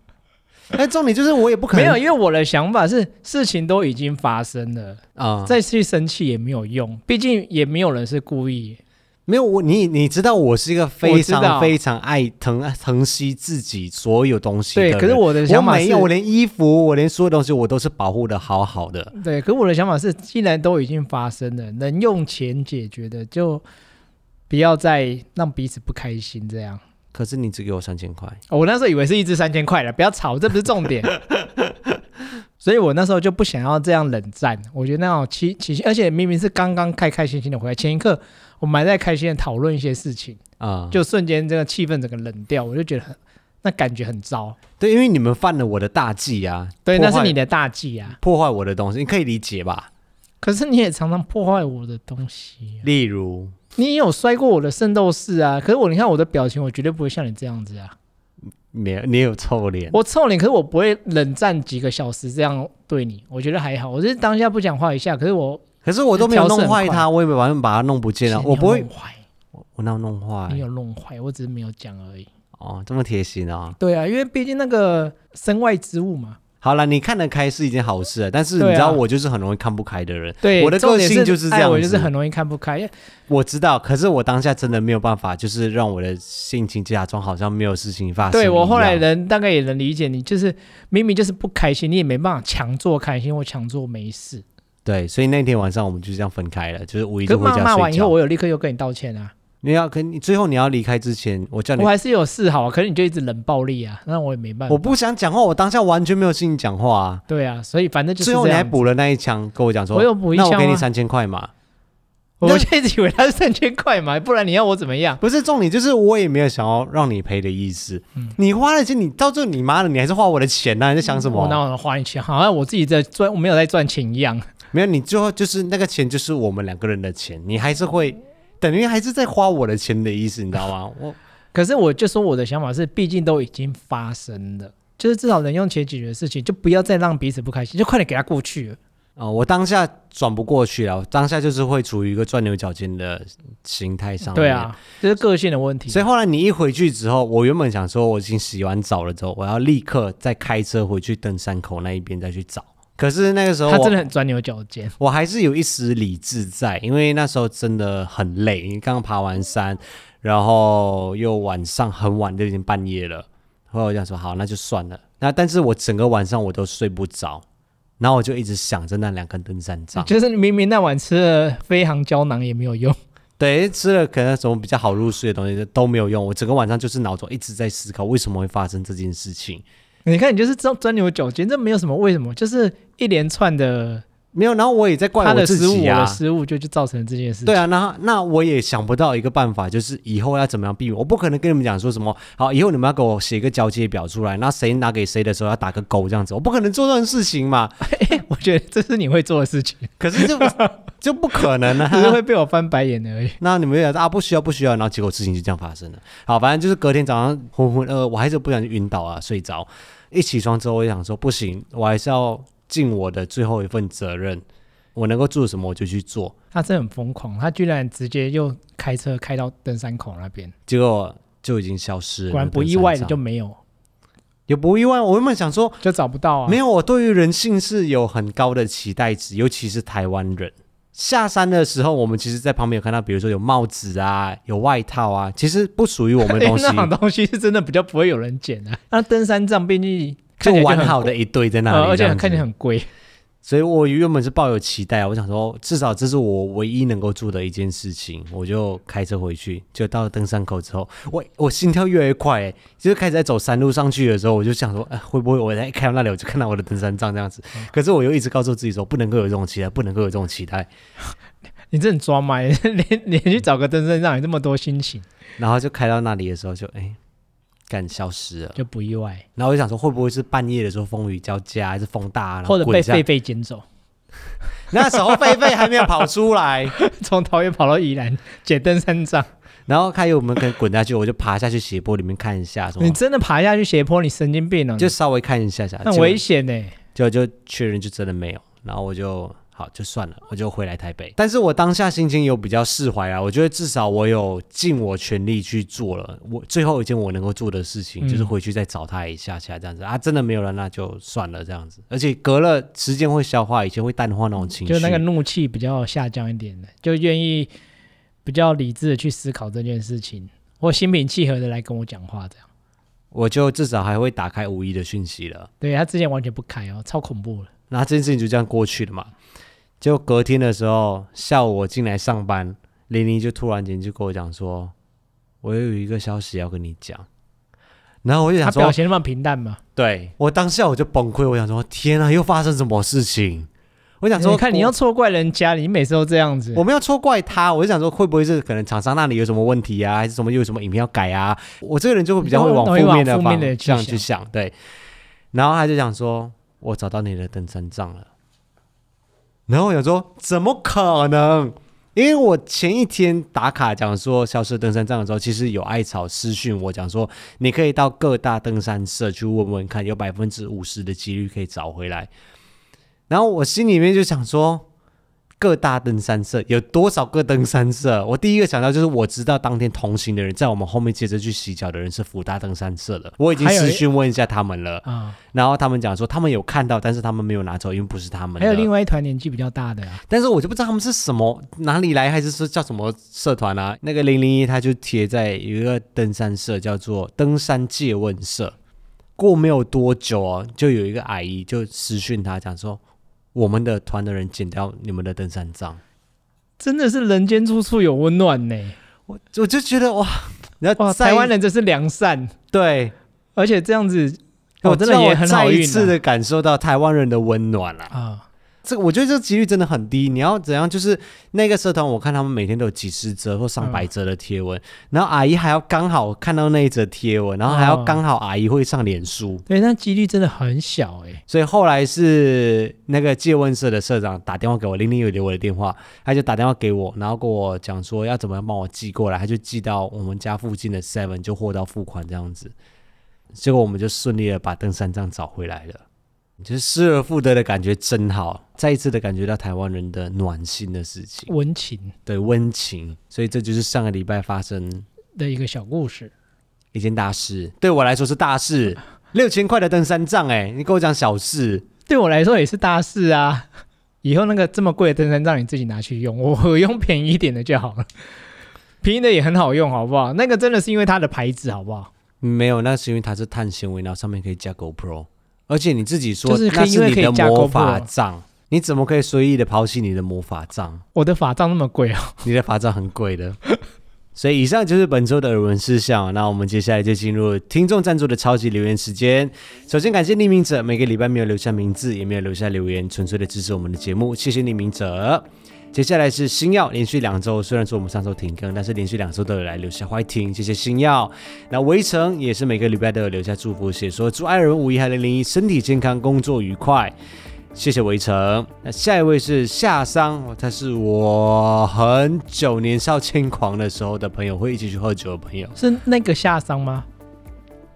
但重点就是，我也不可没能有，因为我的想法是事情都已经发生了，啊、再去生气也没有用，毕竟也没有人是故意。没有我，你你知道我是一个非我知常道非常爱疼疼惜自己所有东西的对，人。可是我的想我法没是，有，我连衣服，我连所有东西，我都是保护的好好的。对，可是我的想法是，既然都已经发生了，能用钱解决的就不要再让彼此不开心这样。可是你只给我三千块。 哦我那时候以为是一只三千块了，不要吵，这不是重点。所以我那时候就不想要这样冷战，我觉得那种起起心，而且明明是刚刚开开心心的回来，前一刻我们还在开心的讨论一些事情，啊，就瞬间这个气氛整个冷掉，我就觉得很那感觉很糟。对，因为你们犯了我的大忌啊，对，破那坏是你的大忌啊，破坏我的东西，你可以理解吧？可是你也常常破坏我的东西啊、例如，你也有摔过我的圣斗士啊，可是我你看我的表情，我绝对不会像你这样子啊。没有，你有臭脸，我臭脸，可是我不会冷战几个小时这样对你，我觉得还好。我就是当下不讲话一下，可是我可是我都没有调整弄坏快它，我也没完全把它弄不见啊，我不会哎你有，弄坏，我哪有弄坏你？有弄坏，我只是没有讲而已。哦，这么贴心啊！对啊，因为毕竟那个身外之物嘛。好了，你看得开是一件好事，但是你对啊知道我就是很容易看不开的人，对，我的重个点性就是这哎样我就是子很容易看不开。因为我知道，可是我当下真的没有办法，就是让我的心情假装好像没有事情发生一对样。我后来人大概也能理解你，就是明明就是不开心，你也没办法强做开心或强做没事。对，所以那天晚上我们就这样分开了，就是五一可就是回骂家骂完睡以后，觉。我有立刻又跟你道歉啊，你要跟你最后你要离开之前，我叫你我，还是有示好啊，可是你就一直冷暴力啊，那我也没办法我。不想讲话，我当下完全没有心情讲话啊。对啊，所以反正就是最后这你还样子补了那一枪，跟我讲说，我有补一那枪啊我给你吗？三千块嘛。我就一直以为他是三千块嘛，不然你要我怎么样？不是重点，就是我也没有想要让你赔的意思。嗯你花了钱，你到最后你妈的，你还是花我的钱啊呐、你在想什么？嗯我哪有花你钱？好像我自己在赚，我没有在赚钱一样。没有，你最后就是那个钱，就是我们两个人的钱，你还是会等于还是在花我的钱的意思，你知道吗？我可是我就说我的想法是，毕竟都已经发生了，就是至少能用钱解决的事情，就不要再让彼此不开心，就快点给他过去了。呃，我当下转不过去了，我当下就是会处于一个钻牛角尖的形态上。对，啊，这是个性的问题。所以后来你一回去之后，我原本想说我已经洗完澡了之后，我要立刻再开车回去登山口那一边再去找。可是那个时候他真我的很钻牛角尖。我还是有一丝理智在，因为那时候真的很累，因为刚爬完山，然后又晚上很晚，就已经半夜了。后来我想说好，那就算了。那但是我整个晚上我都睡不着，然后我就一直想着那两根登山杖。就是明明那晚吃了飞航胶囊也没有用， 对，吃了可能什么比较好入睡的东西都没有用，我整个晚上就是脑中一直在思考为什么会发生这件事情。你看你就是钻钻牛角尖，这没有什么为什么，就是一连串的没有，然后我也在怪他的自失误，己我啊的。失误就就造成了这件事情。对啊，那那我也想不到一个办法，就是以后要怎么样避免。我不可能跟你们讲说什么，好，以后你们要给我写一个交接表出来，那谁拿给谁的时候要打个勾这样子，我不可能做这种事情嘛。 我觉得这是你会做 的事情，可是就就不可能啊，只是会被我翻白眼而已。那你们也说啊不需要不需要，然后结果事情就这样发生了。好，反正就是隔天早上浑浑噩，我还是不小心晕倒啊，睡着。一起床之后，我就想说不行，我还是要尽我的最后一份责任，我能够做什么我就去做。他真的很疯狂，他居然直接又开车开到登山口那边，结果就已经消失了。果然不意外的就登山杖没有，也不意外。我原本想说，就找不到啊。没有， 有，我对于人性是有很高的期待值，尤其是台湾人。下山的时候，我们其实，在旁边有看到，比如说有帽子啊，有外套啊，其实不属于我们的东西 哎那，种东西是真的比较不会有人捡 的、那登山杖毕竟就看起来就完很好的一堆在那呃里，而这且样子看起来很贵。所以我原本是抱有期待，我想说至少这是我唯一能够做的一件事情，我就开车回去。就到了登山口之后，我我心跳越来越快、欸，就是开始在走山路上去的时候，我就想说，哎、会不会我在开到那里我就看到我的登山杖这样子？可是我又一直告诉自己说，不能够有这种期待，不能够有这种期待。你这很抓嘛，你 连连去找个登山杖有这么多心情，然后就开到那里的时候就，哎，干消失了。就不意外，然后我就想说，会不会是半夜的时候风雨交加，还是风大、然后或者被嗯滚下狒狒捡走， 那时候狒狒还没有跑出来。从桃园跑到宜兰捡登山杖。然后开油门可能滚下去，我就爬下去斜坡里面看一下，什么你真的爬下去斜坡，你神经病哦、啊就稍微看一下下，很危险欸呢、就就确认就真的没有，然后我就好就算了，我就回来台北。但是我当下心情有比较释怀啊，我觉得至少我有尽我全力去做了，我最后一件我能够做的事情、嗯就是回去再找他一下下这样子啊，真的没有了那就算了这样子，而且隔了时间会消化，以前会淡化那种情绪，就那个怒气比较下降一点的，就愿意比较理智的去思考这件事情，或心平气和的来跟我讲话这样。我就至少还会打开五一的讯息了。对他之前完全不开哦，超恐怖了。那这件事情就这样过去了嘛。结果隔天的时候，下午我进来上班，玲玲就突然间就跟我讲说，我有一个消息要跟你讲。然后我就他想表说，现那么平淡嘛？对我当下我就崩溃，我想说，天啊，又发生什么事情？我想说，哎你看你我要错怪人家，你每次都这样子我。没有错怪他，我就想说会不会是可能厂商那里有什么问题啊，还是什么有什么影片要改啊？我这个人就会比较会往你会负面往的负方面的去向想去想，对。然后他就讲说：“我找到你的登山杖了。”然后我想说：“怎么可能？”因为我前一天打卡讲说消失登山杖的时候，其实有艾草私讯我讲说，你可以到各大登山社去问问看，有百分之五十的几率可以找回来。然后我心里面就想说，各大登山社有多少个登山社？我第一个想到就是我知道当天同行的人，在我们后面接着去洗脚的人是福大登山社的，我已经还有私讯问一下他们了，啊、然后他们讲说他们有看到，但是他们没有拿走，因为不是他们的。还有另外一团年纪比较大的、啊，但是我就不知道他们是什么哪里来，还是说叫什么社团啊？那个零零一他就贴在一个登山社，叫做登山借问社。过没有多久哦，就有一个阿姨就私讯他讲说，我们的团的人捡掉你们的登山杖，真的是人间处处有温暖呢、我我就觉得哇，然后哇，再台湾人真是良善，对，而且这样子，我哦、真的让我也很好再运一次的感受到台湾人的温暖啦、啊。这个我觉得这个几率真的很低。你要怎样？就是那个社团，我看他们每天都有几十则或上百则的贴文，然后阿姨还要刚好看到那一则贴文，然后还要哦刚好阿姨会上脸书。对，那几率真的很小哎、所以后来是那个借问社的社长打电话给我，零零有留我的电话，他就打电话给我，然后跟我讲说要怎么样帮我寄过来，他就寄到我们家附近的 Seven 就货到付款这样子，结果我们就顺利的把登山杖找回来了，就是失而复得的感觉真好，再一次的感觉到台湾人的暖心的事情，温情对温情，所以这就是上个礼拜发生的一个小故事。一件大事，对我来说是大事，六千块的登山杖，哎，你跟我讲小事。对我来说也是大事啊。以后那个这么贵的登山杖你自己拿去用，我我用便宜一点的就好了。便宜的也很好用，好不好？那个真的是因为它的牌子，好不好？没有，那是因为它是碳纤维，然后上面可以加 GoPro，而且你自己说就是可那以因是为你可以的加魔 GoPro 法杖，你怎么可以随意的抛弃你的魔法杖？我的法杖那么贵啊，你的法杖很贵的。所以以上就是本周的耳闻事项，那我们接下来就进入听众赞助的超级留言时间。首先感谢匿名者，每个礼拜没有留下名字，也没有留下留言，纯粹的支持我们的节目，谢谢匿名者。接下来是星耀，连续两周，虽然说我们上周停更，但是连续两周都有来留下欢迎，谢谢星耀。那围城也是每个礼拜都有留下祝福，写说祝爱人五一还零零一身体健康，工作愉快。谢谢围城。那下一位是夏桑，哦他是我很久年少轻狂的时候的朋友，会一起去喝酒的朋友。是那个夏商吗？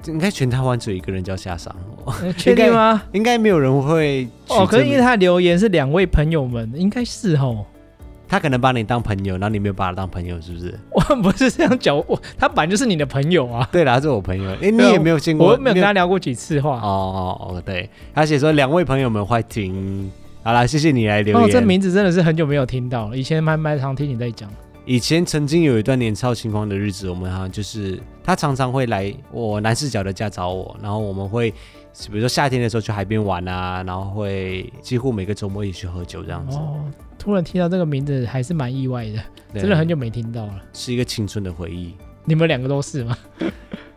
应该全台湾只有一个人叫夏桑，哦 呃 确定吗？应该没有人会取哦，可这是因为名他留言是两位朋友们，应该是哦。他可能把你当朋友，然后你没有把他当朋友，是不 是？我不是这样讲，我他本来就是你的朋友啊，对啦，他是我朋友，哎，你对啊也没有见过，我没有跟他聊过几次话。哦哦哦，对，他写说两位朋友们欢迎。好啦，谢谢你来留言。哦，这名字真的是很久没有听到了，以前蛮蛮常听你在讲。以前曾经有一段年少轻狂的日子，我们好像就是他常常会来我南视角的家找我，然后我们会比如说夏天的时候去海边玩啊，然后会几乎每个周末一起去喝酒这样子，哦，突然听到这个名字还是蛮意外的，对真的很久没听到了。是一个青春的回忆，你们两个都是吗？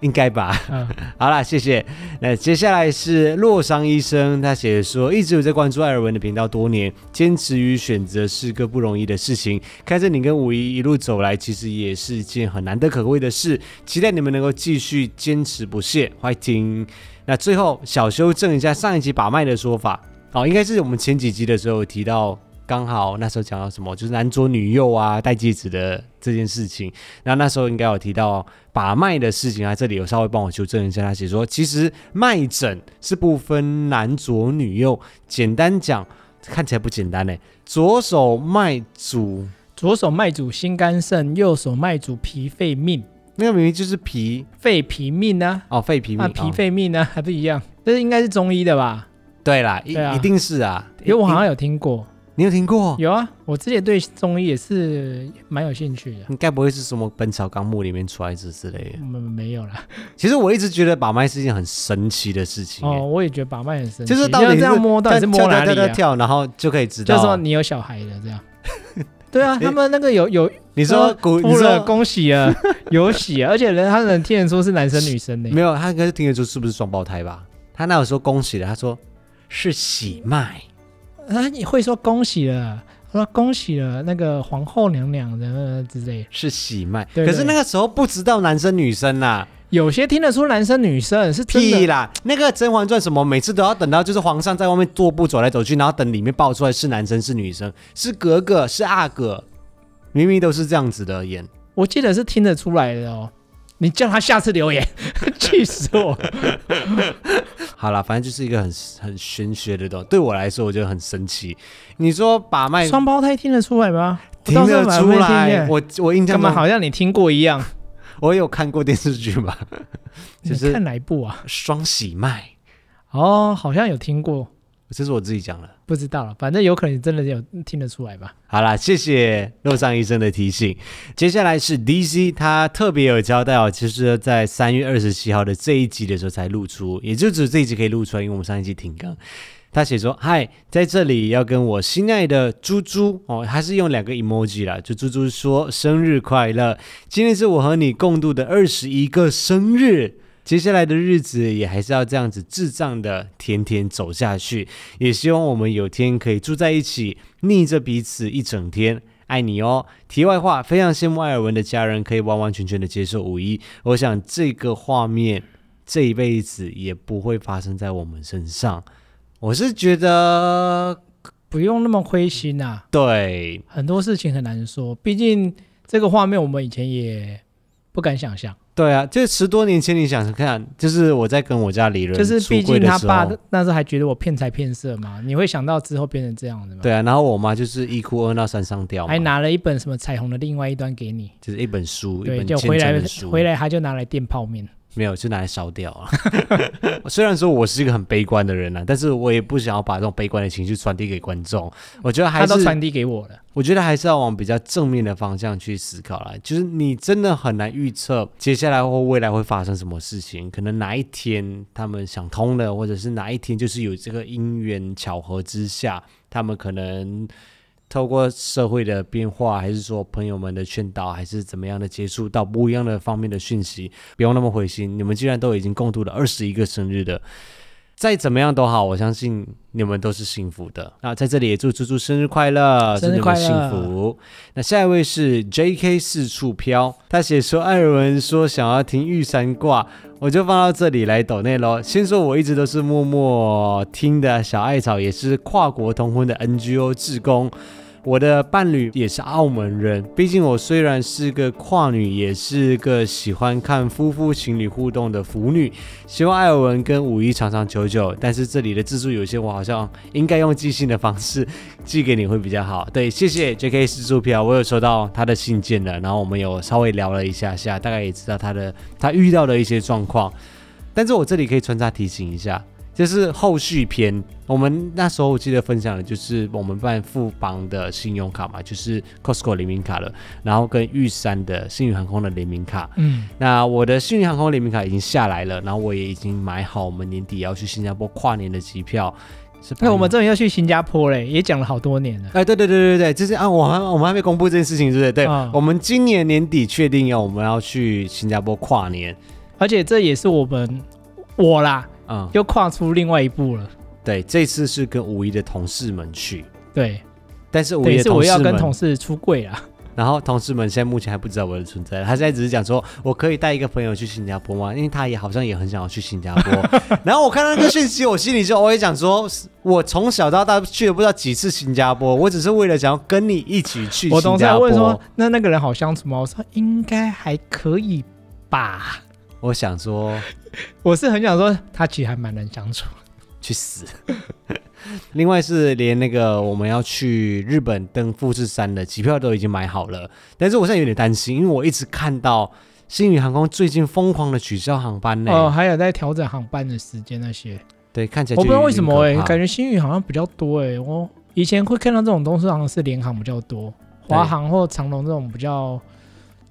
应该吧。嗯， 好啦，谢谢。那接下来是洛桑医生，他写说一直有在关注艾尔文的频道多年，坚持与选择是个不容易的事情。看着你跟五一一路走来，其实也是一件很难得可贵的事。期待你们能够继续坚持不懈，欢迎。那最后小修正一下上一集把脉的说法，哦，应该是我们前几集的时候有提到。刚好那时候讲到什么，就是男左女右啊，戴戒指的这件事情。那那时候应该有提到把脉的事情啊，这里有稍微帮我修正一下，他写说其实脉诊是不分男左女右，简单讲看起来不简单呢。左手脉主，左手脉主心肝肾，右手脉主脾肺命，那个明明就是脾肺脾命呢、哦，肺脾命，啊？啊，脾哦肺命呢、还不一样？这应该是中医的吧？对啦，一对啊一定是啊，因为我一好像有听过，你有听过？有啊，我之前对中医也是蛮有兴趣的。你该不会是什么《本草纲目》里面出来之之类的我？们没有啦。其实我一直觉得把脉是一件很神奇的事情、哦，欸，我也觉得把脉很神奇，就是到底你要这样摸，到底是摸跳哪里跳跳跳啊？跳，然后就可以知道，就是说你有小孩了这样。对啊，诶他们那个有有你说古，你哭了，说恭喜啊，有喜啊，而且人他能听人说是男生女生呢、没有，他应该是听得出是不是双胞胎吧？他那有说恭喜的，他说是喜脉，啊，你会说恭喜了，他说恭喜了那个皇后娘娘的之类的，是喜脉。对可是对那个时候不知道男生女生啦，有些听得出男生女生是真屁的。啦！那个《甄嬛传》什么，每次都要等到就是皇上在外面踱步走来走去，然后等里面爆出来是男生是女生，是格格是阿哥，明明都是这样子的演。我记得是听得出来的哦。你叫他下次留言，气死我！好啦，反正就是一个很很玄学的东西，对我来说我觉得很神奇。你说把脉双胞胎听得出来吗？我听到时候得买出回听来，耶我我印干象嘛中好像你听过一样？我有看过电视剧嘛， 就你是看哪一部啊？双喜脉，哦，好像有听过，这是我自己讲的。不知道了。反正有可能真的有听得出来吧。好啦，谢谢洛尚医生的提醒。接下来是 DC，他特别有交代哦，其实在三月二十七号的这一集的时候才露出，也就只有这一集可以露出来，因为我们上一集停更。他写说：“嗨，在这里要跟我心爱的猪猪哦，他是用两个 emoji 啦，就猪猪说生日快乐，今天是我和你共度的二十一个生日。”接下来的日子也还是要这样子智障的甜甜走下去，也希望我们有天可以住在一起，逆着彼此一整天。爱你哦！题外话，非常羡慕艾尔文的家人可以完完全全的接受五一，我想这个画面这一辈子也不会发生在我们身上。我是觉得，不用那么灰心啊，对很多事情很难说。毕竟这个画面我们以前也不敢想象，对啊，就十多年前，你想想看，就是我在跟我家里人就是出毕柜竟的他时爸候那时候还觉得我骗财骗色嘛，你会想到之后变成这样的吗？对啊，然后我妈就是一哭二闹三上吊嘛，还拿了一本什么彩虹的另外一端给你，就是一本书，一对，本就虔回来诚的书，回来他就拿来垫泡面，没有，就拿来烧掉啊。 虽然说我是一个很悲观的人啊，但是我也不想要把这种悲观的情绪传递给观众。我觉得还他都是，传递给我了。我觉得还是要往比较正面的方向去思考啦。就是你真的很难预测接下来或未来会发生什么事情，可能哪一天他们想通了，或者是哪一天就是有这个因缘巧合之下，他们可能。透过社会的变化，还是说朋友们的劝导，还是怎么样的接触到不一样的方面的讯息，不用那么灰心。你们既然都已经共度了二十一个生日的，再怎么样都好，我相信你们都是幸福的。那在这里也祝猪猪生日快乐，生祝你日们快乐幸福。那下一位是 J.K. 四处飘，他写说艾尔文说想要听玉山卦，我就放到这里来抖内喽。先说我一直都是默默听的小艾草，也是跨国通婚的 NGO 志工。我的伴侣也是澳门人，毕竟我虽然是个跨女，也是个喜欢看夫妇情侣互动的腐女。希望艾尔文跟五一长长久久，但是这里的字数有些，我好像应该用寄信的方式寄给你会比较好。对，谢谢 J.K. 四柱票，我有收到他的信件了，然后我们有稍微聊了一下下，大概也知道他的他遇到的一些状况。但是我这里可以穿插提醒一下，就是后续篇，我们那时候我记得分享的就是我们办富邦的信用卡嘛，就是 Costco 联名卡了，然后跟玉山的星宇航空的联名卡。嗯，那我的幸运航空联名卡已经下来了，然后我也已经买好我们年底要去新加坡跨年的机票。是八那月，我们终于要去新加坡嘞，也讲了好多年了。哎，对对对对对，就是啊，我还我们还没公布这件事情，对不对？对，嗯我们今年年底确定要我们要去新加坡跨年。而且这也是我们我啦，嗯，又跨出另外一步了。对，这次是跟五一的同事们去，对，但是五等一于的是同我事要们跟，同事出柜啊啦。然后同事们现在目前还不知道我的存在，他现在只是讲说我可以带一个朋友去新加坡吗？因为他也好像也很想要去新加坡。 然后我看到那个讯息，我心里就我也想说，我从小到大去了不知道几次新加坡，我只是为了想要跟你一起去我新同事加还坡。问说，那那个人好相处吗？我说应该还可以吧。我想说。 我是很想说，他其实还蛮难相处。去死！另外是连那个我们要去日本登富士山的机票都已经买好了，但是我现在有点担心，因为我一直看到星宇航空最近疯狂的取消航班呢。哦，还有在调整航班的时间那些，对，看起来我不知道为什么哎、哎、感觉新宇好像比较多哎、我以前会看到这种东西好像是联航比较多，对华航或长龙这种比较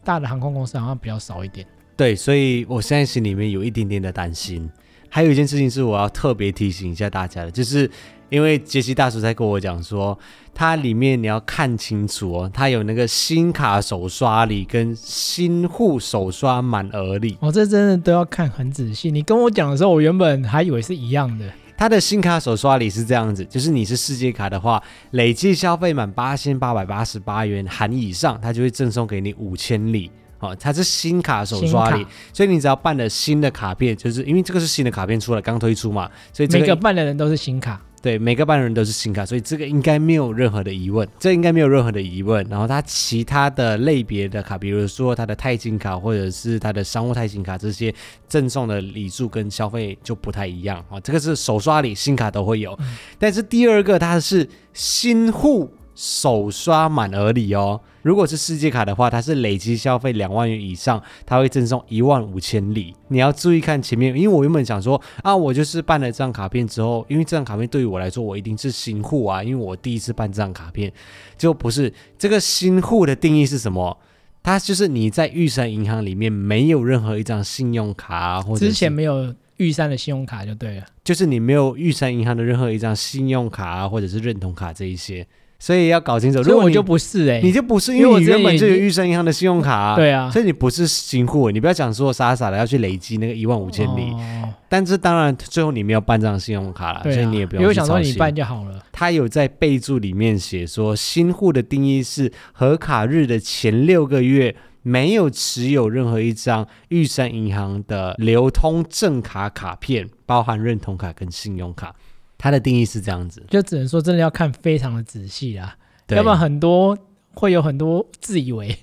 大的航空公司好像比较少一点。对，所以我现在心里面有一点点的担心。还有一件事情是我要特别提醒一下大家的，就是因为杰西大叔在跟我讲说，它里面你要看清楚哦，它有那个新卡手刷礼跟新户手刷满额礼。哦，这真的都要看很仔细。你跟我讲的时候，我原本还以为是一样的。它的新卡手刷礼是这样子，就是你是世界卡的话，累计消费满八千八百八十八元含以上，它就会赠送给你五千里。哦，它是新卡手刷新礼卡，所以你只要办了新的卡片，就是因为这个是新的卡片出来刚推出嘛，所以这每个个办的人都是新卡，对每个办人都是新卡，所以这个应该没有任何的疑问，这应该没有任何的疑问。然后它其他的类别的卡，比如说它的钛金卡或者是它的商务钛金卡这些赠送的礼数跟消费就不太一样啊、哦。这个是手刷礼、新卡都会有，但是第二个它是新户首刷满额礼哦。如果是世界卡的话，它是累积消费两万元以上，它会赠送一万五千里。你要注意看前面，因为我原本想说啊，我就是办了这张卡片之后，因为这张卡片对于我来说，我一定是新户啊，因为我第一次办这张卡片，就不是这个新户的定义是什么？它就是你在玉山银行里面没有任何一张信用卡啊、或者之前是没有玉山的信用卡就对了。就是你没有玉山银行的任何一张信用卡啊，或者是认同卡这一些，所以要搞清楚。呃所如以果我你就不是哎、你就不是因因为我为你之前原本也就有玉山银行的信用卡、啊，对啊，所以你不是新户，你不要讲说傻傻的要去累积那个一万五千里。哦但是当然，最后你没有办这张信用卡了，所对以啊，你也不因为用我去想操说你心。办就好了。他有在备注里面写说，新户的定义是核卡日的前六个月没有持有任何一张玉山银行的流通正卡卡片，包含认同卡跟信用卡。它的定义是这样子，就只能说真的要看非常的仔细啦，对要不然很多会有很多自以为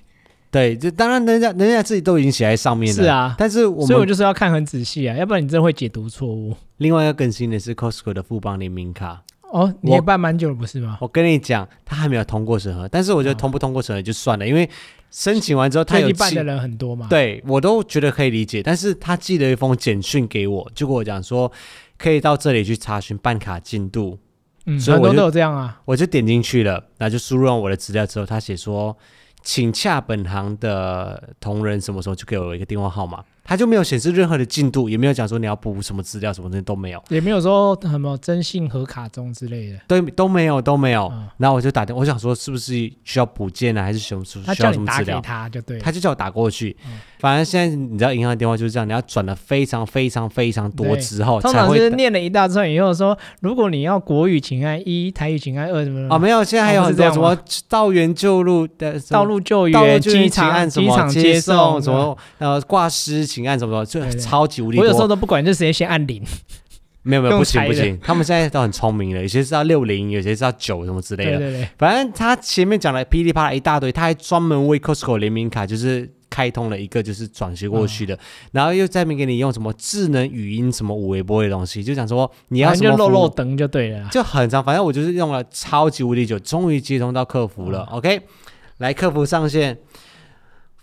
对，就当然人家人家自己都已经写在上面了，是啊但是我所以我们就是要看很仔细啊，要不然你真的会解读错误。另外要更新的是 Costco 的富邦联名卡。哦，你也办蛮久了不是吗？我跟你讲，他还没有通过审核，但是我觉得哦通不通过审核就算了，因为申请完之后他最有近办寄的人很多嘛，，对我都觉得可以理解，但是他寄了一封简讯给我，就跟我讲说可以到这里去查询办卡进度，嗯，所以很我就多都有这样啊。我就点进去了，然后就输入完我的资料之后，他写说请洽本行的同仁什么时候就给我一个电话号码，他就没有显示任何的进度，也没有讲说你要补什么资料什么东西都没有，也没有说什么征信和卡中之类的，都都没有都没有。嗯然后我就打电，我想说是不是需要补件啊，还是什么需他要叫什你么打资给料？他就对了，嗯他就叫我打过去，反正现在你知道银行电话就是这样，你要转了非常非常非常多对之后通哦才常会是打念了一大串以后说，如果你要国语请按一，台语请按二什么什么哦，没有，现在还有哦很不是这多样什么道源旧路的什么道路救道路援、救援机请按场、什机么场接送送嗯什。么呃挂失请按什么什么，对就对超级无敌我有时候多。都不管，就直接先按零。没有没有用不行猜不的行，他们现在都很聪明了，有些是要六零，有些是要九什么之类对的。对对，反正他前面讲了噼里啪啦一大堆，他还专门为 Costco 联名卡就是开通了一个就是转学过嗯去的，然后又在那边给你用什么智能语音什么五维波的东西，就讲说你要反什正么就服务漏漏灯就对了啊啦。就很长，反正我就是用了超级无敌久，终于接通到客服嗯了。OK，来客服上线，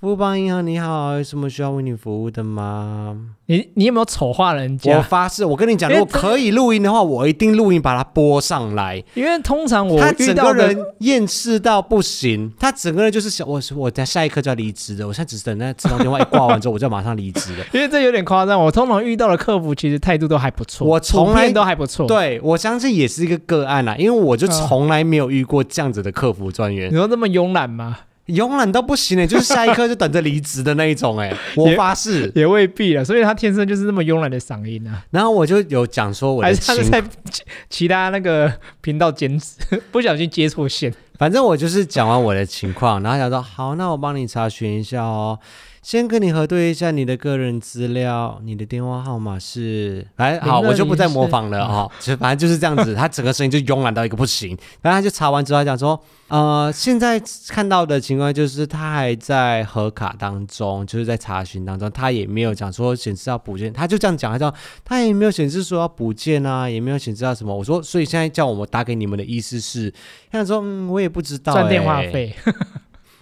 富邦银行你好，有什么需要为你服务的吗？你你有没有丑化人我家？哎发誓，我跟你讲，如因为果可以录音的话，我一定录音把它播上来。因为通常我他遇整个到的人厌世到不行，他整个人就是想，我我等下一刻就要离职的，我现在只等那这通电话一挂完之后，我就马上离职 了。因为这有点夸张，我通常遇到的客服其实态度都还不错，我从来普遍都还不错。，对，我相信也是一个个案啊啦，因为我就嗯从来没有遇过这样子的客服专员你。说这么慵懒吗？慵懒到不行哎、就是下一刻就等着离职的那一种哎、我 也发誓。也未必啊了，所以他天生就是这么慵懒的嗓音啊，然后我就有讲说我还的是他是情，在其 其他那个频道兼职，不小心接错线。反正我就是讲完我的情况，然后讲说好，那我帮你查询一下哦，先跟你核对一下你的个人资料，你的电话号码是，来好，零二嗯我就不再零四模仿了哦，就反正就是这样子，他整个声音就慵懒到一个不行。然后他就查完之后他讲说，呃，现在看到的情况就是他还在核卡当中，就是在查询当中，他也没有讲说显示要补件，他就这样讲，他讲他也没有显示说要补件啊，也没有显示到什么。我说，所以现在叫我们打给你们的意思是，他想说，嗯，我也不知道、欸，赚电话。费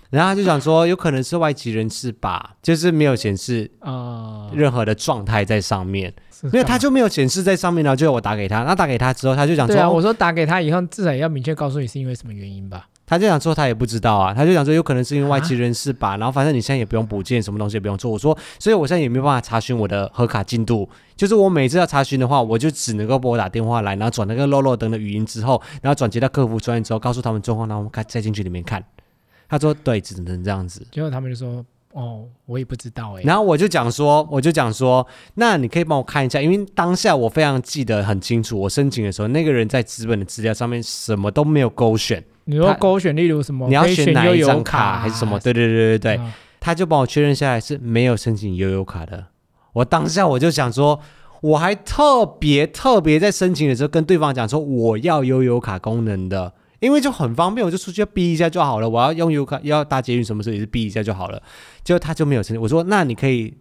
然后他就想说，有可能是外籍人士吧，就是没有显示啊，任何的状态在上面，因因为他就没有显示在上面，然后就要我打给他，那打给他之后，他就讲说，对啊，哦我说打给他以后，至少也要明确告诉你是因为什么原因吧。他就想说他也不知道啊，他就想说有可能是因为外啊籍人士吧，然后反正你现在也不用补件，什么东西也不用做。我说，所以我现在也没有办法查询我的核卡进度，就是我每次要查询的话，我就只能够拨打电话来，然后转那个漏漏灯的语音之后，然后转接到客服专员之后，告诉他们状况，然后我们看再进去里面看。他说对，只能这样子。结果他们就说：“哦，我也不知道哎、然后我就讲说，我就讲说，那你可以帮我看一下，因为当下我非常记得很清楚，我申请的时候，那个人在资本的资料上面什么都没有勾选，你说他勾选，例如什么，你要可以选选哪悠一游张卡还是什么？对对对对对，啊他就帮我确认下来是没有申请悠游卡的。我当下我就想说，我还特别特别在申请的时候跟对方讲说我要悠游卡功能的，因为就很方便，我就出去逼一下就好了。我要用悠游卡，要搭捷运什么时候也是逼一下就好了。结果他就没有申请，我说那你可以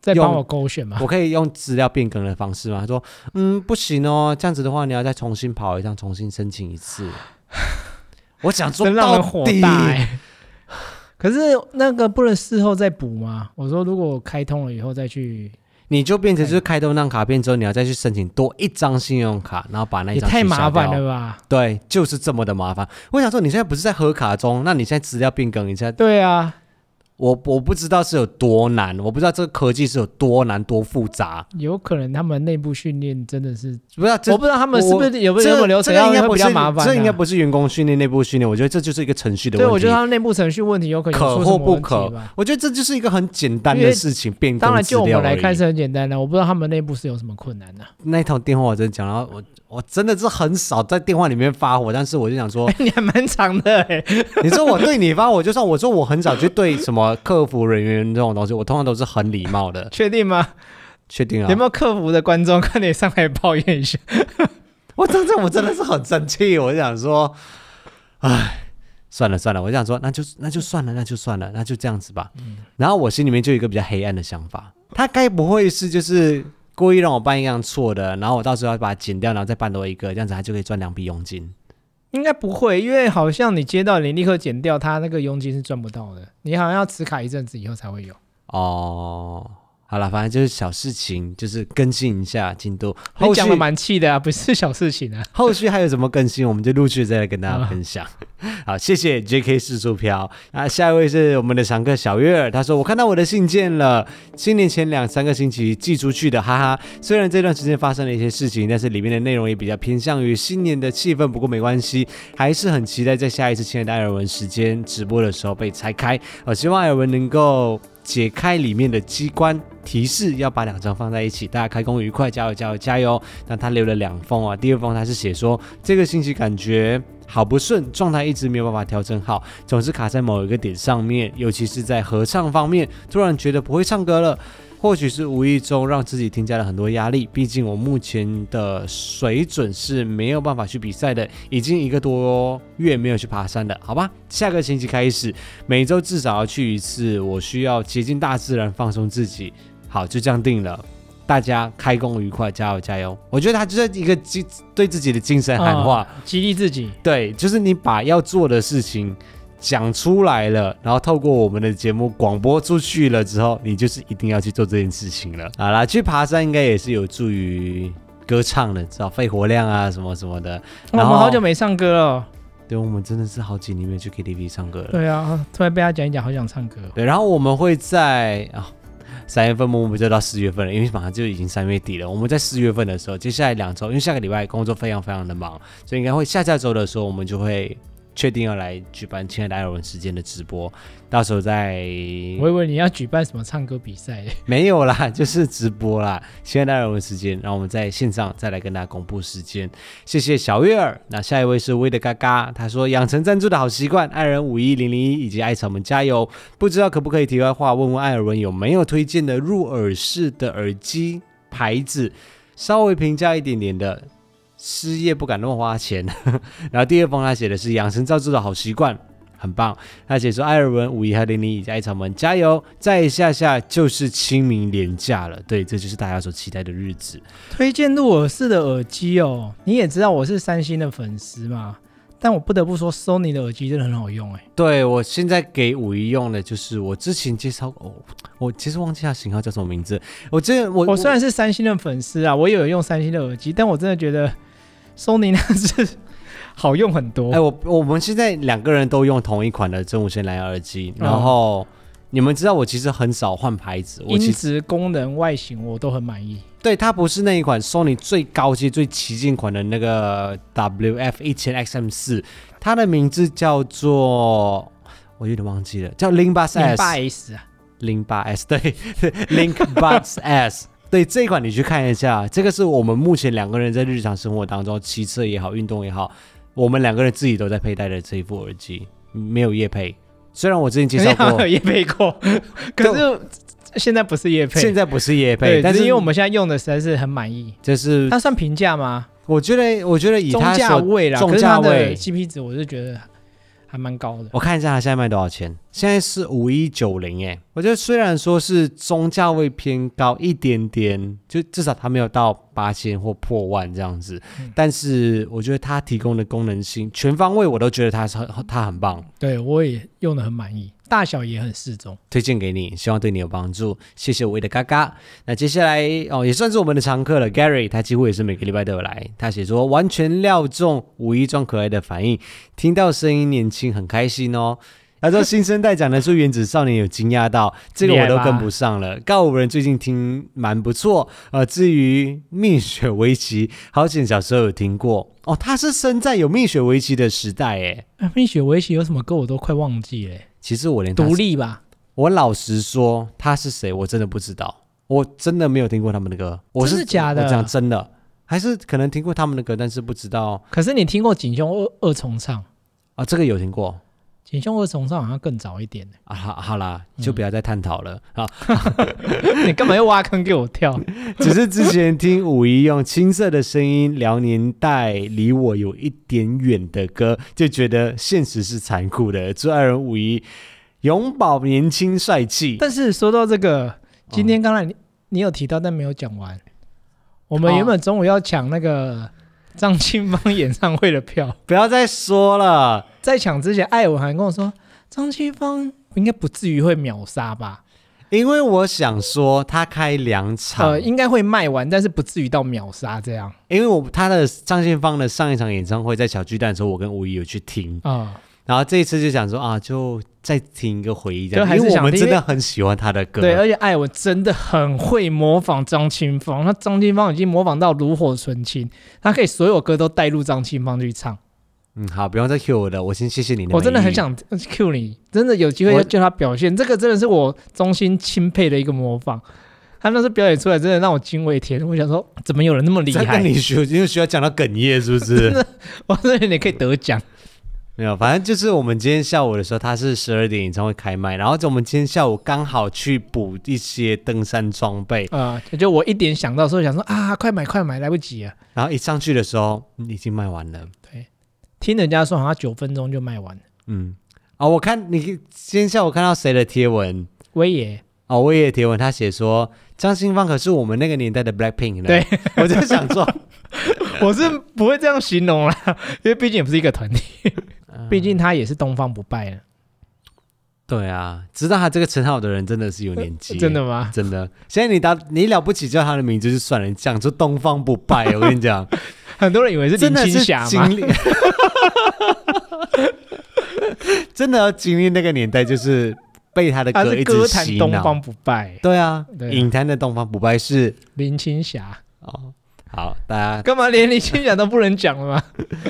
再帮用我勾选嘛我。可以用资料变更的方式吗？他说，嗯，不行哦，这样子的话，你要再重新跑一趟，重新申请一次。我想说 真让到人火底，大、欸。可是那个不能事后再补吗？我说如果我开通了以后再去，你就变成就是开通那张卡片之后，你要再去申请多一张信用卡，然后把那一也张太取消麻烦掉了。吧？对，就是这么的麻烦。我想说，你现在不是在核卡中，那你现在资料变更一下，对啊，我我不知道是有多难，我不知道这个科技是有多难多复杂，有可能他们内部训练真的是，不知道这我不知道他们是不是有没这个有没有流这程个应该要不比是较麻烦啊、这应该不是员工训练、内部训练，我觉得这就是一个程序的问对，题。我觉得他们内部程序问题有可能可出什或么不问可题吧。我觉得这就是一个很简单的事情，变更当然，资就我料们来而已看是很简单的，我不知道他们内部是有什么困难 的、那一通电话，我真的讲，然后我我真的是很少在电话里面发火，但是我就想说，你还蛮长的哎、 你说我对你发火，就算我说我很少去对什么客服人员这种东西，我通常都是很礼貌 的，确定吗？确定啊有？没有客服的观众 快点上来抱怨一下？我当时我真的是很生气，我就想说，唉，算了算了，我就想说，那就那就算了，那就算了，那就这样子吧。然后我心里面就有一个比较黑暗的想法，他该不会是就是故意让我办一样错的，然后我到时候要把它剪掉，然后再办多一个，这样子他就可以赚两笔佣金。 应该不会，因为好像你接到你立刻减掉，它那个佣金是赚不到的。你好像要持卡一阵子以后才会有。哦，好了，反正就是小事情，就是更新一下进度。你后续讲的蛮气的啊，不是小事情啊。 后续还有什么更新，我们就陆续再来跟大家分享。好，谢谢 J.K. 四处飘。那下一位是我们的常客小月儿，他说：“我看到我的信件了，新年前两三个星期寄出去的，哈哈。虽然这段时间发生了一些事情，但是里面的内容也比较偏向于新年的气氛，不过没关系，还是很期待在下一次亲爱的艾尔文时间直播的时候被拆开。我希望艾尔文能够解开里面的机关。”提示要把两张放在一起，大家开工愉快，加油加油加油！那他留了两封啊，第二封他是写说这个星期感觉好不顺，状态一直没有办法调整好，总是卡在某一个点上面，尤其是在合唱方面，突然觉得不会唱歌了。或许是无意中让自己添加了很多压力，毕竟我目前的水准是没有办法去比赛的，已经一个多月没有去爬山了，好吧？下个星期开始，每周至少要去一次，我需要接近大自然，放松自己。好，就这样定了。大家开工愉快，加油加油！我觉得他就是一个精对自己的精神喊话，激励自己，对，就是你把要做的事情讲出来了，然后透过我们的节目广播出去了之后，你就是一定要去做这件事情了。好啦，去爬山应该也是有助于歌唱的，知道肺活量啊什么什么的。我然们后好久没唱歌了。哦对，我们真的是好几年没有去 KTV 唱歌了。对啊，突然被他讲一讲，好想唱歌哦。对，然后我们会在啊。三月份默默就到四月份了，因为马上就已经三月底了。我们在四月份的时候，接下来两周，因为下个礼拜工作非常非常的忙，所以应该会下下周的时候，我们就会确定要来举办《亲爱的艾尔文》时间的直播。到时候再我以为你要举办什么唱歌比赛， 没有啦，就是直播啦，《亲爱的艾尔文》时间，然后我们在线上再来跟大家公布时间。谢谢小月儿。那下一位是威的嘎嘎，他说养成赞助的好习惯，爱人五一零零一以及艾草们加油。不知道可不可以题外话问问艾尔文有没有推荐的入耳式的耳机牌子，稍微平价一点点的。失业不敢乱花钱。 然后第二封他写的是养成造就的好习惯，很棒。他写说艾尔文五一和零零以及艾草们加油，再下下就是清明廉假了，对，这就是大家所期待的日子。推荐入耳式的耳机哦。你也知道我是三星的粉丝嘛，但我不得不说，Sony 的耳机真的很好用哎。对我现在给五一用的就是我之前介绍过、哦，我其实忘记它型号叫什么名字。我之前我我虽然是三星的粉丝啊，我也有用三星的耳机，但我真的觉得 Sony 那是好用很多。哎，我我们现在两个人都用同一款的真无线蓝牙耳机，嗯然后、你们知道我其实很少换牌子，我音其实质、功能、外形我都很满意。对它不是那一款 Sony 最高阶、最旗舰款的那个 WF 一千 XM 四，它的名字叫做我有点忘记了，叫 Link Bus 零 S 八 S 啊，零八 S 对 Link Buds S 对这一款你去看一下，这个是我们目前两个人在日常生活当中骑车也好，运动也好，我们两个人自己都在佩戴的这一副耳机，没有夜配。虽然我之前介绍过， 也配 过，可是现在不是叶配，现在不是夜配，对，但只是是因为我们现在用的实在是很满意。就是它算平价吗？我觉得，我觉得以中它价所，位啦，中可是它价的位 CP 值我是觉得还蛮高的。我看一下它现在卖多少钱，现在是五一九零哎，我觉得虽然说是中价位偏高一点点，就至少它没有到八千或破万这样子，嗯但是我觉得它提供的功能性全方位，我都觉得它是很它很棒，对我也用的很满意，大小也很适中。推荐给你，希望对你有帮助，谢谢我的嘎嘎。那接下来哦，也算是我们的常客了，Gary，他几乎也是每个礼拜都有来。他写说完全料中五一装可爱的反应，听到声音年轻很开心哦。他说新生代讲的出原子少年有惊讶到，这个我都跟不上了。告五人最近听蛮不错，呃，至于蜜雪围棋，好险小时候有听过哦。他是生在有蜜雪围棋的时代诶。啊蜜雪围棋有什么歌我都快忘记了欸，其实我连他独立吧，我老实说，他是谁，我真的不知道，我真的没有听过他们的歌。我是真的假的我讲真的，还是可能听过他们的歌，但是不知道可是你听过锦胸二二重唱？啊，这个有听过锦胸二重唱好像更早一点呢啊。好，好啦，嗯就不要再探讨了、啊。 你干嘛要挖坑给我跳？只是之前听五一用青涩的声音聊年代离我有一点远的歌，就觉得现实是残酷的。祝爱人五一永葆年轻帅气。 但是说到这个，今天刚才你你有提到，但没有讲完。我们原本中午要抢那个张清芳演唱会的 票，不要再说了，在抢之前，艾文还跟我说，张清芳应该不至于会秒杀吧？因为我想说他开两场，呃，应该会卖完，但是不至于到秒杀这样因为我他的张信芳的上一场演唱会在小巨蛋的时候，我跟吴怡有去听，啊、然后这一次就想说啊，就再听一个回忆这样，就还是因为我想们听真的很喜欢他的歌，对，而且艾文真的很会模仿张清芳，那张清芳已经模仿到炉火纯青，他可以所有歌都带入张清芳去唱。嗯，好，不用再 cue 我了，我先谢谢你的，我真的很，想 Q 你，真的有机会我要叫他表现，这个真的是我衷心钦佩的一个模仿。他那次表演出来，真的让我惊为天人。我想说，怎么有人那么厉这害跟？你学，因为学要讲到哽咽是不是？ 我说你可以 得奖。没有，反正就是我们今天下午的时候，他是十二点演唱会开麦，然后我们今天下午刚好去补一些登山装备，啊！就我一点想到的时候，想说啊，快买快买，来不及了。然后一上去的时候、嗯已经卖完了，听人家说好像九分钟就卖完了。嗯，啊，我看你今天下午看到谁的贴文？威爷，哦，我也贴文，他写说张新芳可是我们那个年代的 Blackpink 呢。对， 我就想 说， 我是不会这样形容啦， 因为毕竟也不是一个团体，嗯毕竟他也是东方不败啊了。对啊，知道他这个称号的人真的是有年纪，真的吗？真的。现在你打你了不起叫他的名字就算了，讲出东方不败，我跟你 讲，很多人以为是真林的青是霞嘛经，历， 真的要经历那个年代，就是被他的他歌是一歌直坛洗东脑方。不败，对啊，对啊影坛的东方不败是林青霞。哦，好，大家干嘛连你心想都不能讲了吗？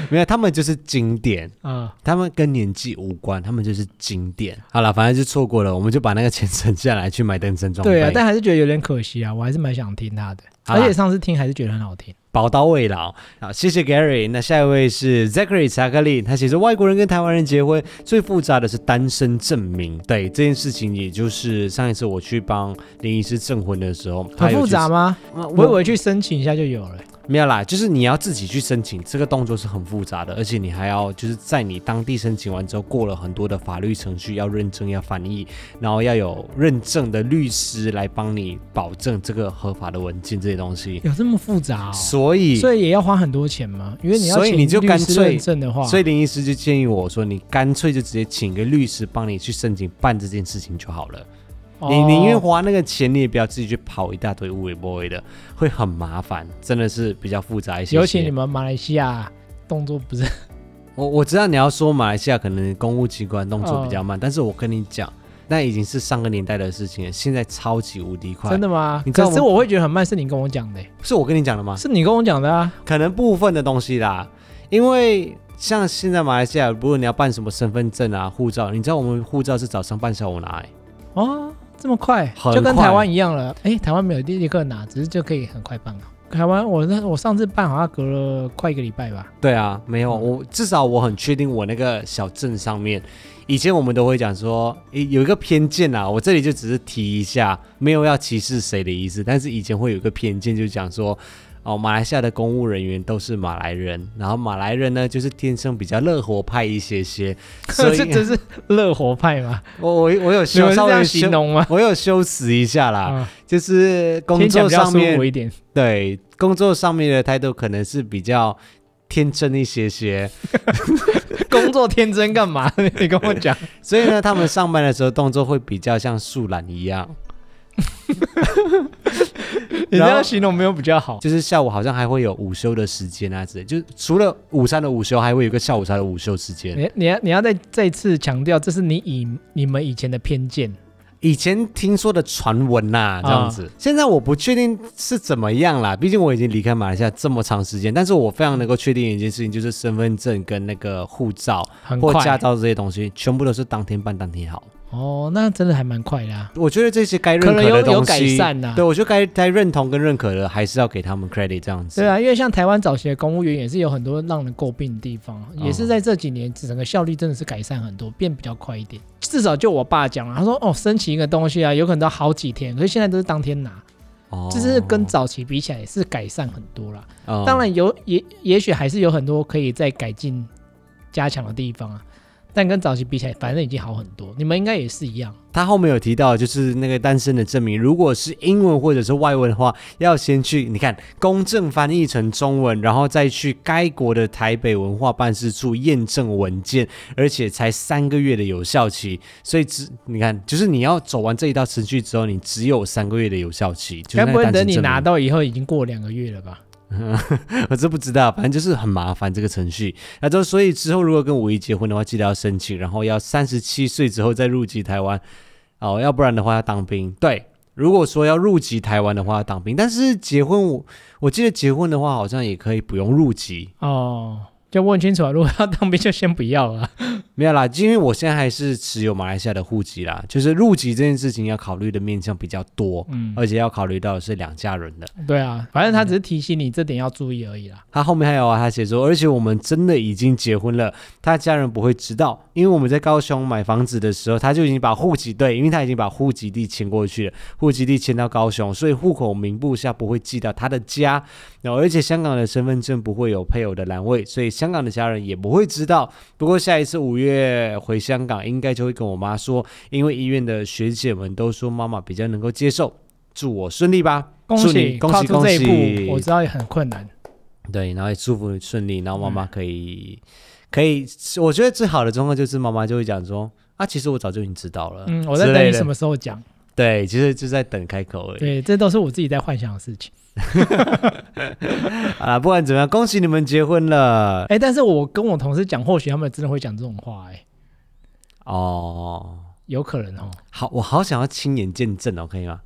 没有，他们就是经典。啊、他们跟年纪无关，他们就是经典。好了，反正就错过了，我们就把那个钱省下来去买登山装备。对啊，但还是觉得有点可惜啊，我还是蛮想听他的，好而啦且上次听还是觉得很好听。宝刀未老。好，谢谢 Gary。那下一位是 Zachary 查克利，他写着外国人跟台湾人结婚最复杂的是单身证明。对这件事情，也就是上一次我去帮林医师证婚的时候，他很有复杂去？吗？嗯我以我为去申请一下就有了、没有啦，就是你要自己去申请，这个动作是很复杂的，而且你还要就是在你当地申请完之后，过了很多的法律程序，要认证、要翻译，然后要有认证的律师来帮你保证这个合法的文件这些东西。有这么复杂哦？所以，所以也要花很多钱吗？因为你要所以请你就律干师脆认证的话，所以林医师就建议我说，你干脆就直接请个律师帮你去申请办这件事情就好了。你哦宁愿花那个钱，你也不要自己去跑一大堆乌龟 boy 的，会很麻烦，真的是比较复杂一些些。尤其你们马来西亚动作不是我我知道你要说马来西亚可能公务机关动嗯作比较慢，但是我跟你讲，那已经是上个年代的事情了，现在超级无敌快。真的吗？你知道可我是我会觉得很慢，是你跟我讲的欸、是我跟你讲的吗？是你跟我讲的啊。可能部分的东西啦，因为像现在马来西亚，如果你要办什么身份证啊、护照，你知道我们护照是早上办，下午拿、欸，哦，这么快，很就跟快台湾一样了。哎，台湾没有立刻拿，只是就可以很快办了。啊台湾我那我上次办好像隔了快一个礼拜吧。对啊，没有，嗯我至少我很确定我那个小镇上面，以前我们都会讲说，诶有一个偏见啊，我这里就只是提一下，没有要歧视谁的意思，但是以前会有一个偏见，就讲说。 哦，马来西亚的公务人员都是马来人，然后马来人呢，就是天生比较乐活派一些些，所以 这这是乐活派吗？我我我有 你修们是稍这样微形修，容吗？我有修辞一下啦，啊，就是工听起来作比较上舒面服一点。对工作上面的态度可能是比较天真一些些，工作天真干嘛？ 你跟我讲，所以呢，他们上班的时候动作会比较像树懒一 样，你这然后样形容没有比较 好。就是下午好像还会有午休的时间啊之类，就是除了午餐的午休，还会有一个下午茶的午休时间。你你要你要再再次强调，这是你以你们以前的偏见。以前听说的传闻啊呐、这样子，现在我不确定是怎么样啦，毕竟我已经离开马来西亚这么长时间，但是我非常能够确定一件事情，就是身份证跟那个护照很或驾快照这些东西，全部都是当天办当天好。哦，那真的还蛮快的、啊。我觉得这些该认可可能的有东西，有改善啊呐、对，我觉得该该认同跟认可的，还是要给他们 credit 这样子。对啊，因为像台湾早期的公务员也是有很多让人诟病的地方，也是在这几年整个效率真的是改善很多，变比较快一点。至少就我爸讲了，他说哦，申请一个东西啊，有可能都好几天，可是现在都是当天拿，哦，就是跟早期比起来也是改善很多啦。嗯当然有也也许还是有很多可以再改进、加强的地方啊，但跟早期比起来，反正已经好很多。你们应该也是一样。他后面有提到，就是那个单身的证明，如果是英文或者是外文的话，要先去你看公证翻译成中文，然后再去该国的台北文化办事处验证文件，而且才三个月的有效期，所以只你看，就是你要走完这一道程序之后，你只有三个月的有效期。就是该那个不会单身等你证明拿到以后已经过两个月了吧？我真不知道，反正就是很麻烦这个程序。那之后，所以之后如果跟五一结婚的话，记得要申请，然后要三十七岁之后再入籍台湾哦，要不然的话要当兵。对，如果说要入籍台湾的哦话要当兵，但是结婚我我记得结婚的话好像也可以不用入籍，哦，就问清楚啊，如果要当兵就先不要啊了。没有啦，因为我现在还是持有马来西亚的户籍啦，就是入籍这件事情要考虑的面向比较多，嗯，而且要考虑到是两家人的。对啊，反正他只是提醒你这点要注意而已啦。他后面还有啊，他写说，而且我们真的已经结婚了，他家人不会知道，因为我们在高雄买房子的时候，他就已经把户籍对，因为他已经把户籍地迁过去了，户籍地迁到高雄，所以户口名簿下不会记到他的家，然后而且香港的身份证不会有配偶的栏位，所以香港的家人也不会知道。不过下一次五月回香港，应该就会跟我妈说，因为医院的学姐们都说妈妈比较能够接受，祝我顺利吧。恭祝喜你恭喜跨出这恭一喜步，我知道也很困难。对，然后也祝福你顺利，然后妈嗯妈可以、可以，我觉得最好的状况就是妈妈就会讲说啊，其实我早就已经知道了，嗯，我在之等类你的什么时候讲。对，其实就在等开口而已。对，这都是我自己在幻想的事情。好啦，不管怎么样，恭喜你们结婚了哎，但是我跟我同事讲，或许他们真的会讲这种话，哎，哦。有可能哦。好，我好想要亲眼见证哦，可以吗？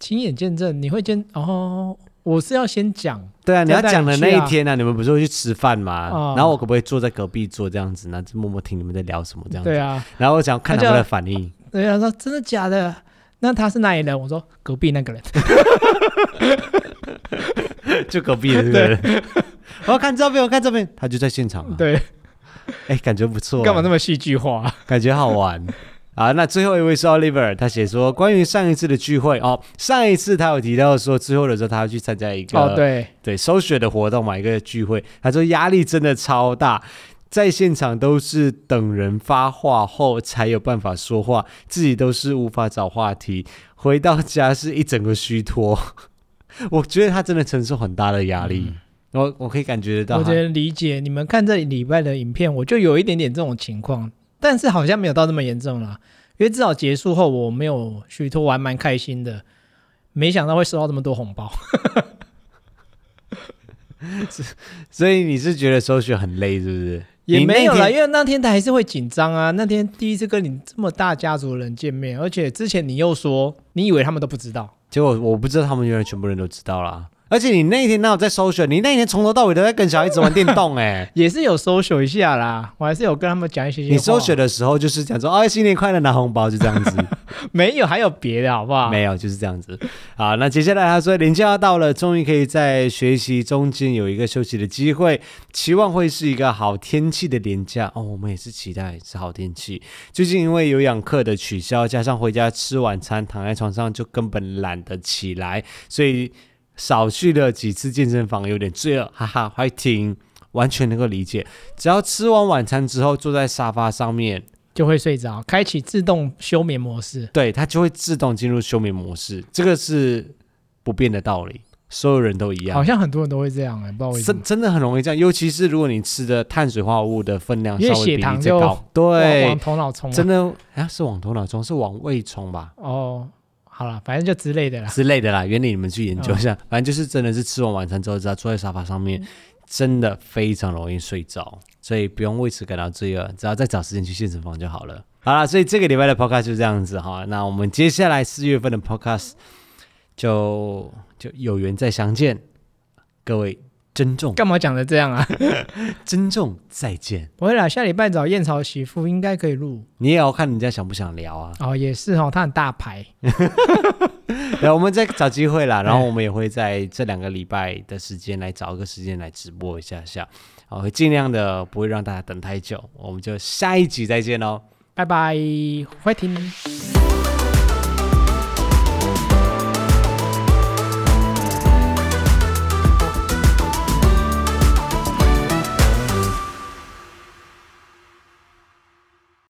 亲眼见证，你会见哦。我是要先讲，对啊，你这要样带讲你的去那一啊天呢、啊，你们不是会去吃饭吗？哦然后我可不可以坐在隔壁桌这样子，然后就默默听你们在聊什么这样子？对啊，然后我想看那他们就的反应。对啊，说真的假的？那他是哪里人？我说隔壁那个啊人。就隔壁的对不对？ 我要看照片，我看照片，他就在现场啊。，对，哎，感觉不错。干嘛那么戏剧化、感觉好玩。 啊，那最后一位是 Oliver，他写说关于上一次的聚会哦，上一次他有提到说最后的时候他要去参加一个、哦，对，对收学的活动嘛，一个聚会，他说压力真的超大，在现场都是等人发话后才有办法说话，自己都是无法找话题，回到家是一整个虚脱。 我觉得他真的承受很大的压力，我我可以感觉得到嗯我他觉得理解你们看这礼拜的影片，我就有一点点这种情况，但是好像没有到那么严重啦，因为至少结束后我没有虚脱，我还蛮开心的。没想到会收到这么多红包，所以你是觉得收学很累是不是？也你没有那啦，天因为那天他还是会紧张啊。那天第一次跟你这么大家族的人见面，而且之前你又说你以为他们都不知道，结果我不知道他们原来全部人都知道啦。而且你那一天哪有在搜选？你那一天从头到尾都在跟小孩子玩电动哎、 也是有 social 一下啦。我还是有跟他们讲一些些话。你搜选的时候就是讲说，哎、新年快乐，拿红包，就这样子，没有？还有别的好不好？没有，就是这样子。好，那接下来他说，年假要到了，终于可以在学习中间有一个休息的机会，期望会是一个好天气的年假哦。我们也是期待是好天气。最近因为有氧课的取消，加上回家吃晚餐，躺在床上就根本懒得起来，所以少去了几次健身房，有点罪恶，哈哈，还挺完全能够理解。只要吃完晚餐之后，坐在沙发上面。就会睡着，开启自动休眠模式。对，它就会自动进入休眠模式，这个是不变的道理，所有人都一好样。像很多人都会这样、欸，不知道为什么真。真的很容易这样，尤其是如果你吃的碳水化合物的分量因为稍微血比例糖再就高，往对往，头脑冲啊、真的啊是往头脑冲，是往胃冲吧哦，好了，反正就之类的啦。之类的啦，原理你们去研究一下。反正就是真的是吃完晚餐之后，只要坐在沙发上面，真的非常容易睡着，所以不用为此感到罪恶，只要再找时间去健身房就好了。好啦，所以这个礼拜的 podcast 就这样子哈。那我们接下来四月份的 podcast 就就有缘再相见，各位珍重，干嘛讲的这样 啊？珍重再见。不会啦，下礼拜找燕巢媳妇应该可以录你也要看人家想不想聊啊。哦，也是哦，他很大牌， 对，我们再找机会啦，然后我们也会在这两个礼拜的时间来找一个时间来直播一下下，啊，会尽量的不会让大家等太久，我们就下一集再见喽。拜拜，欢迎。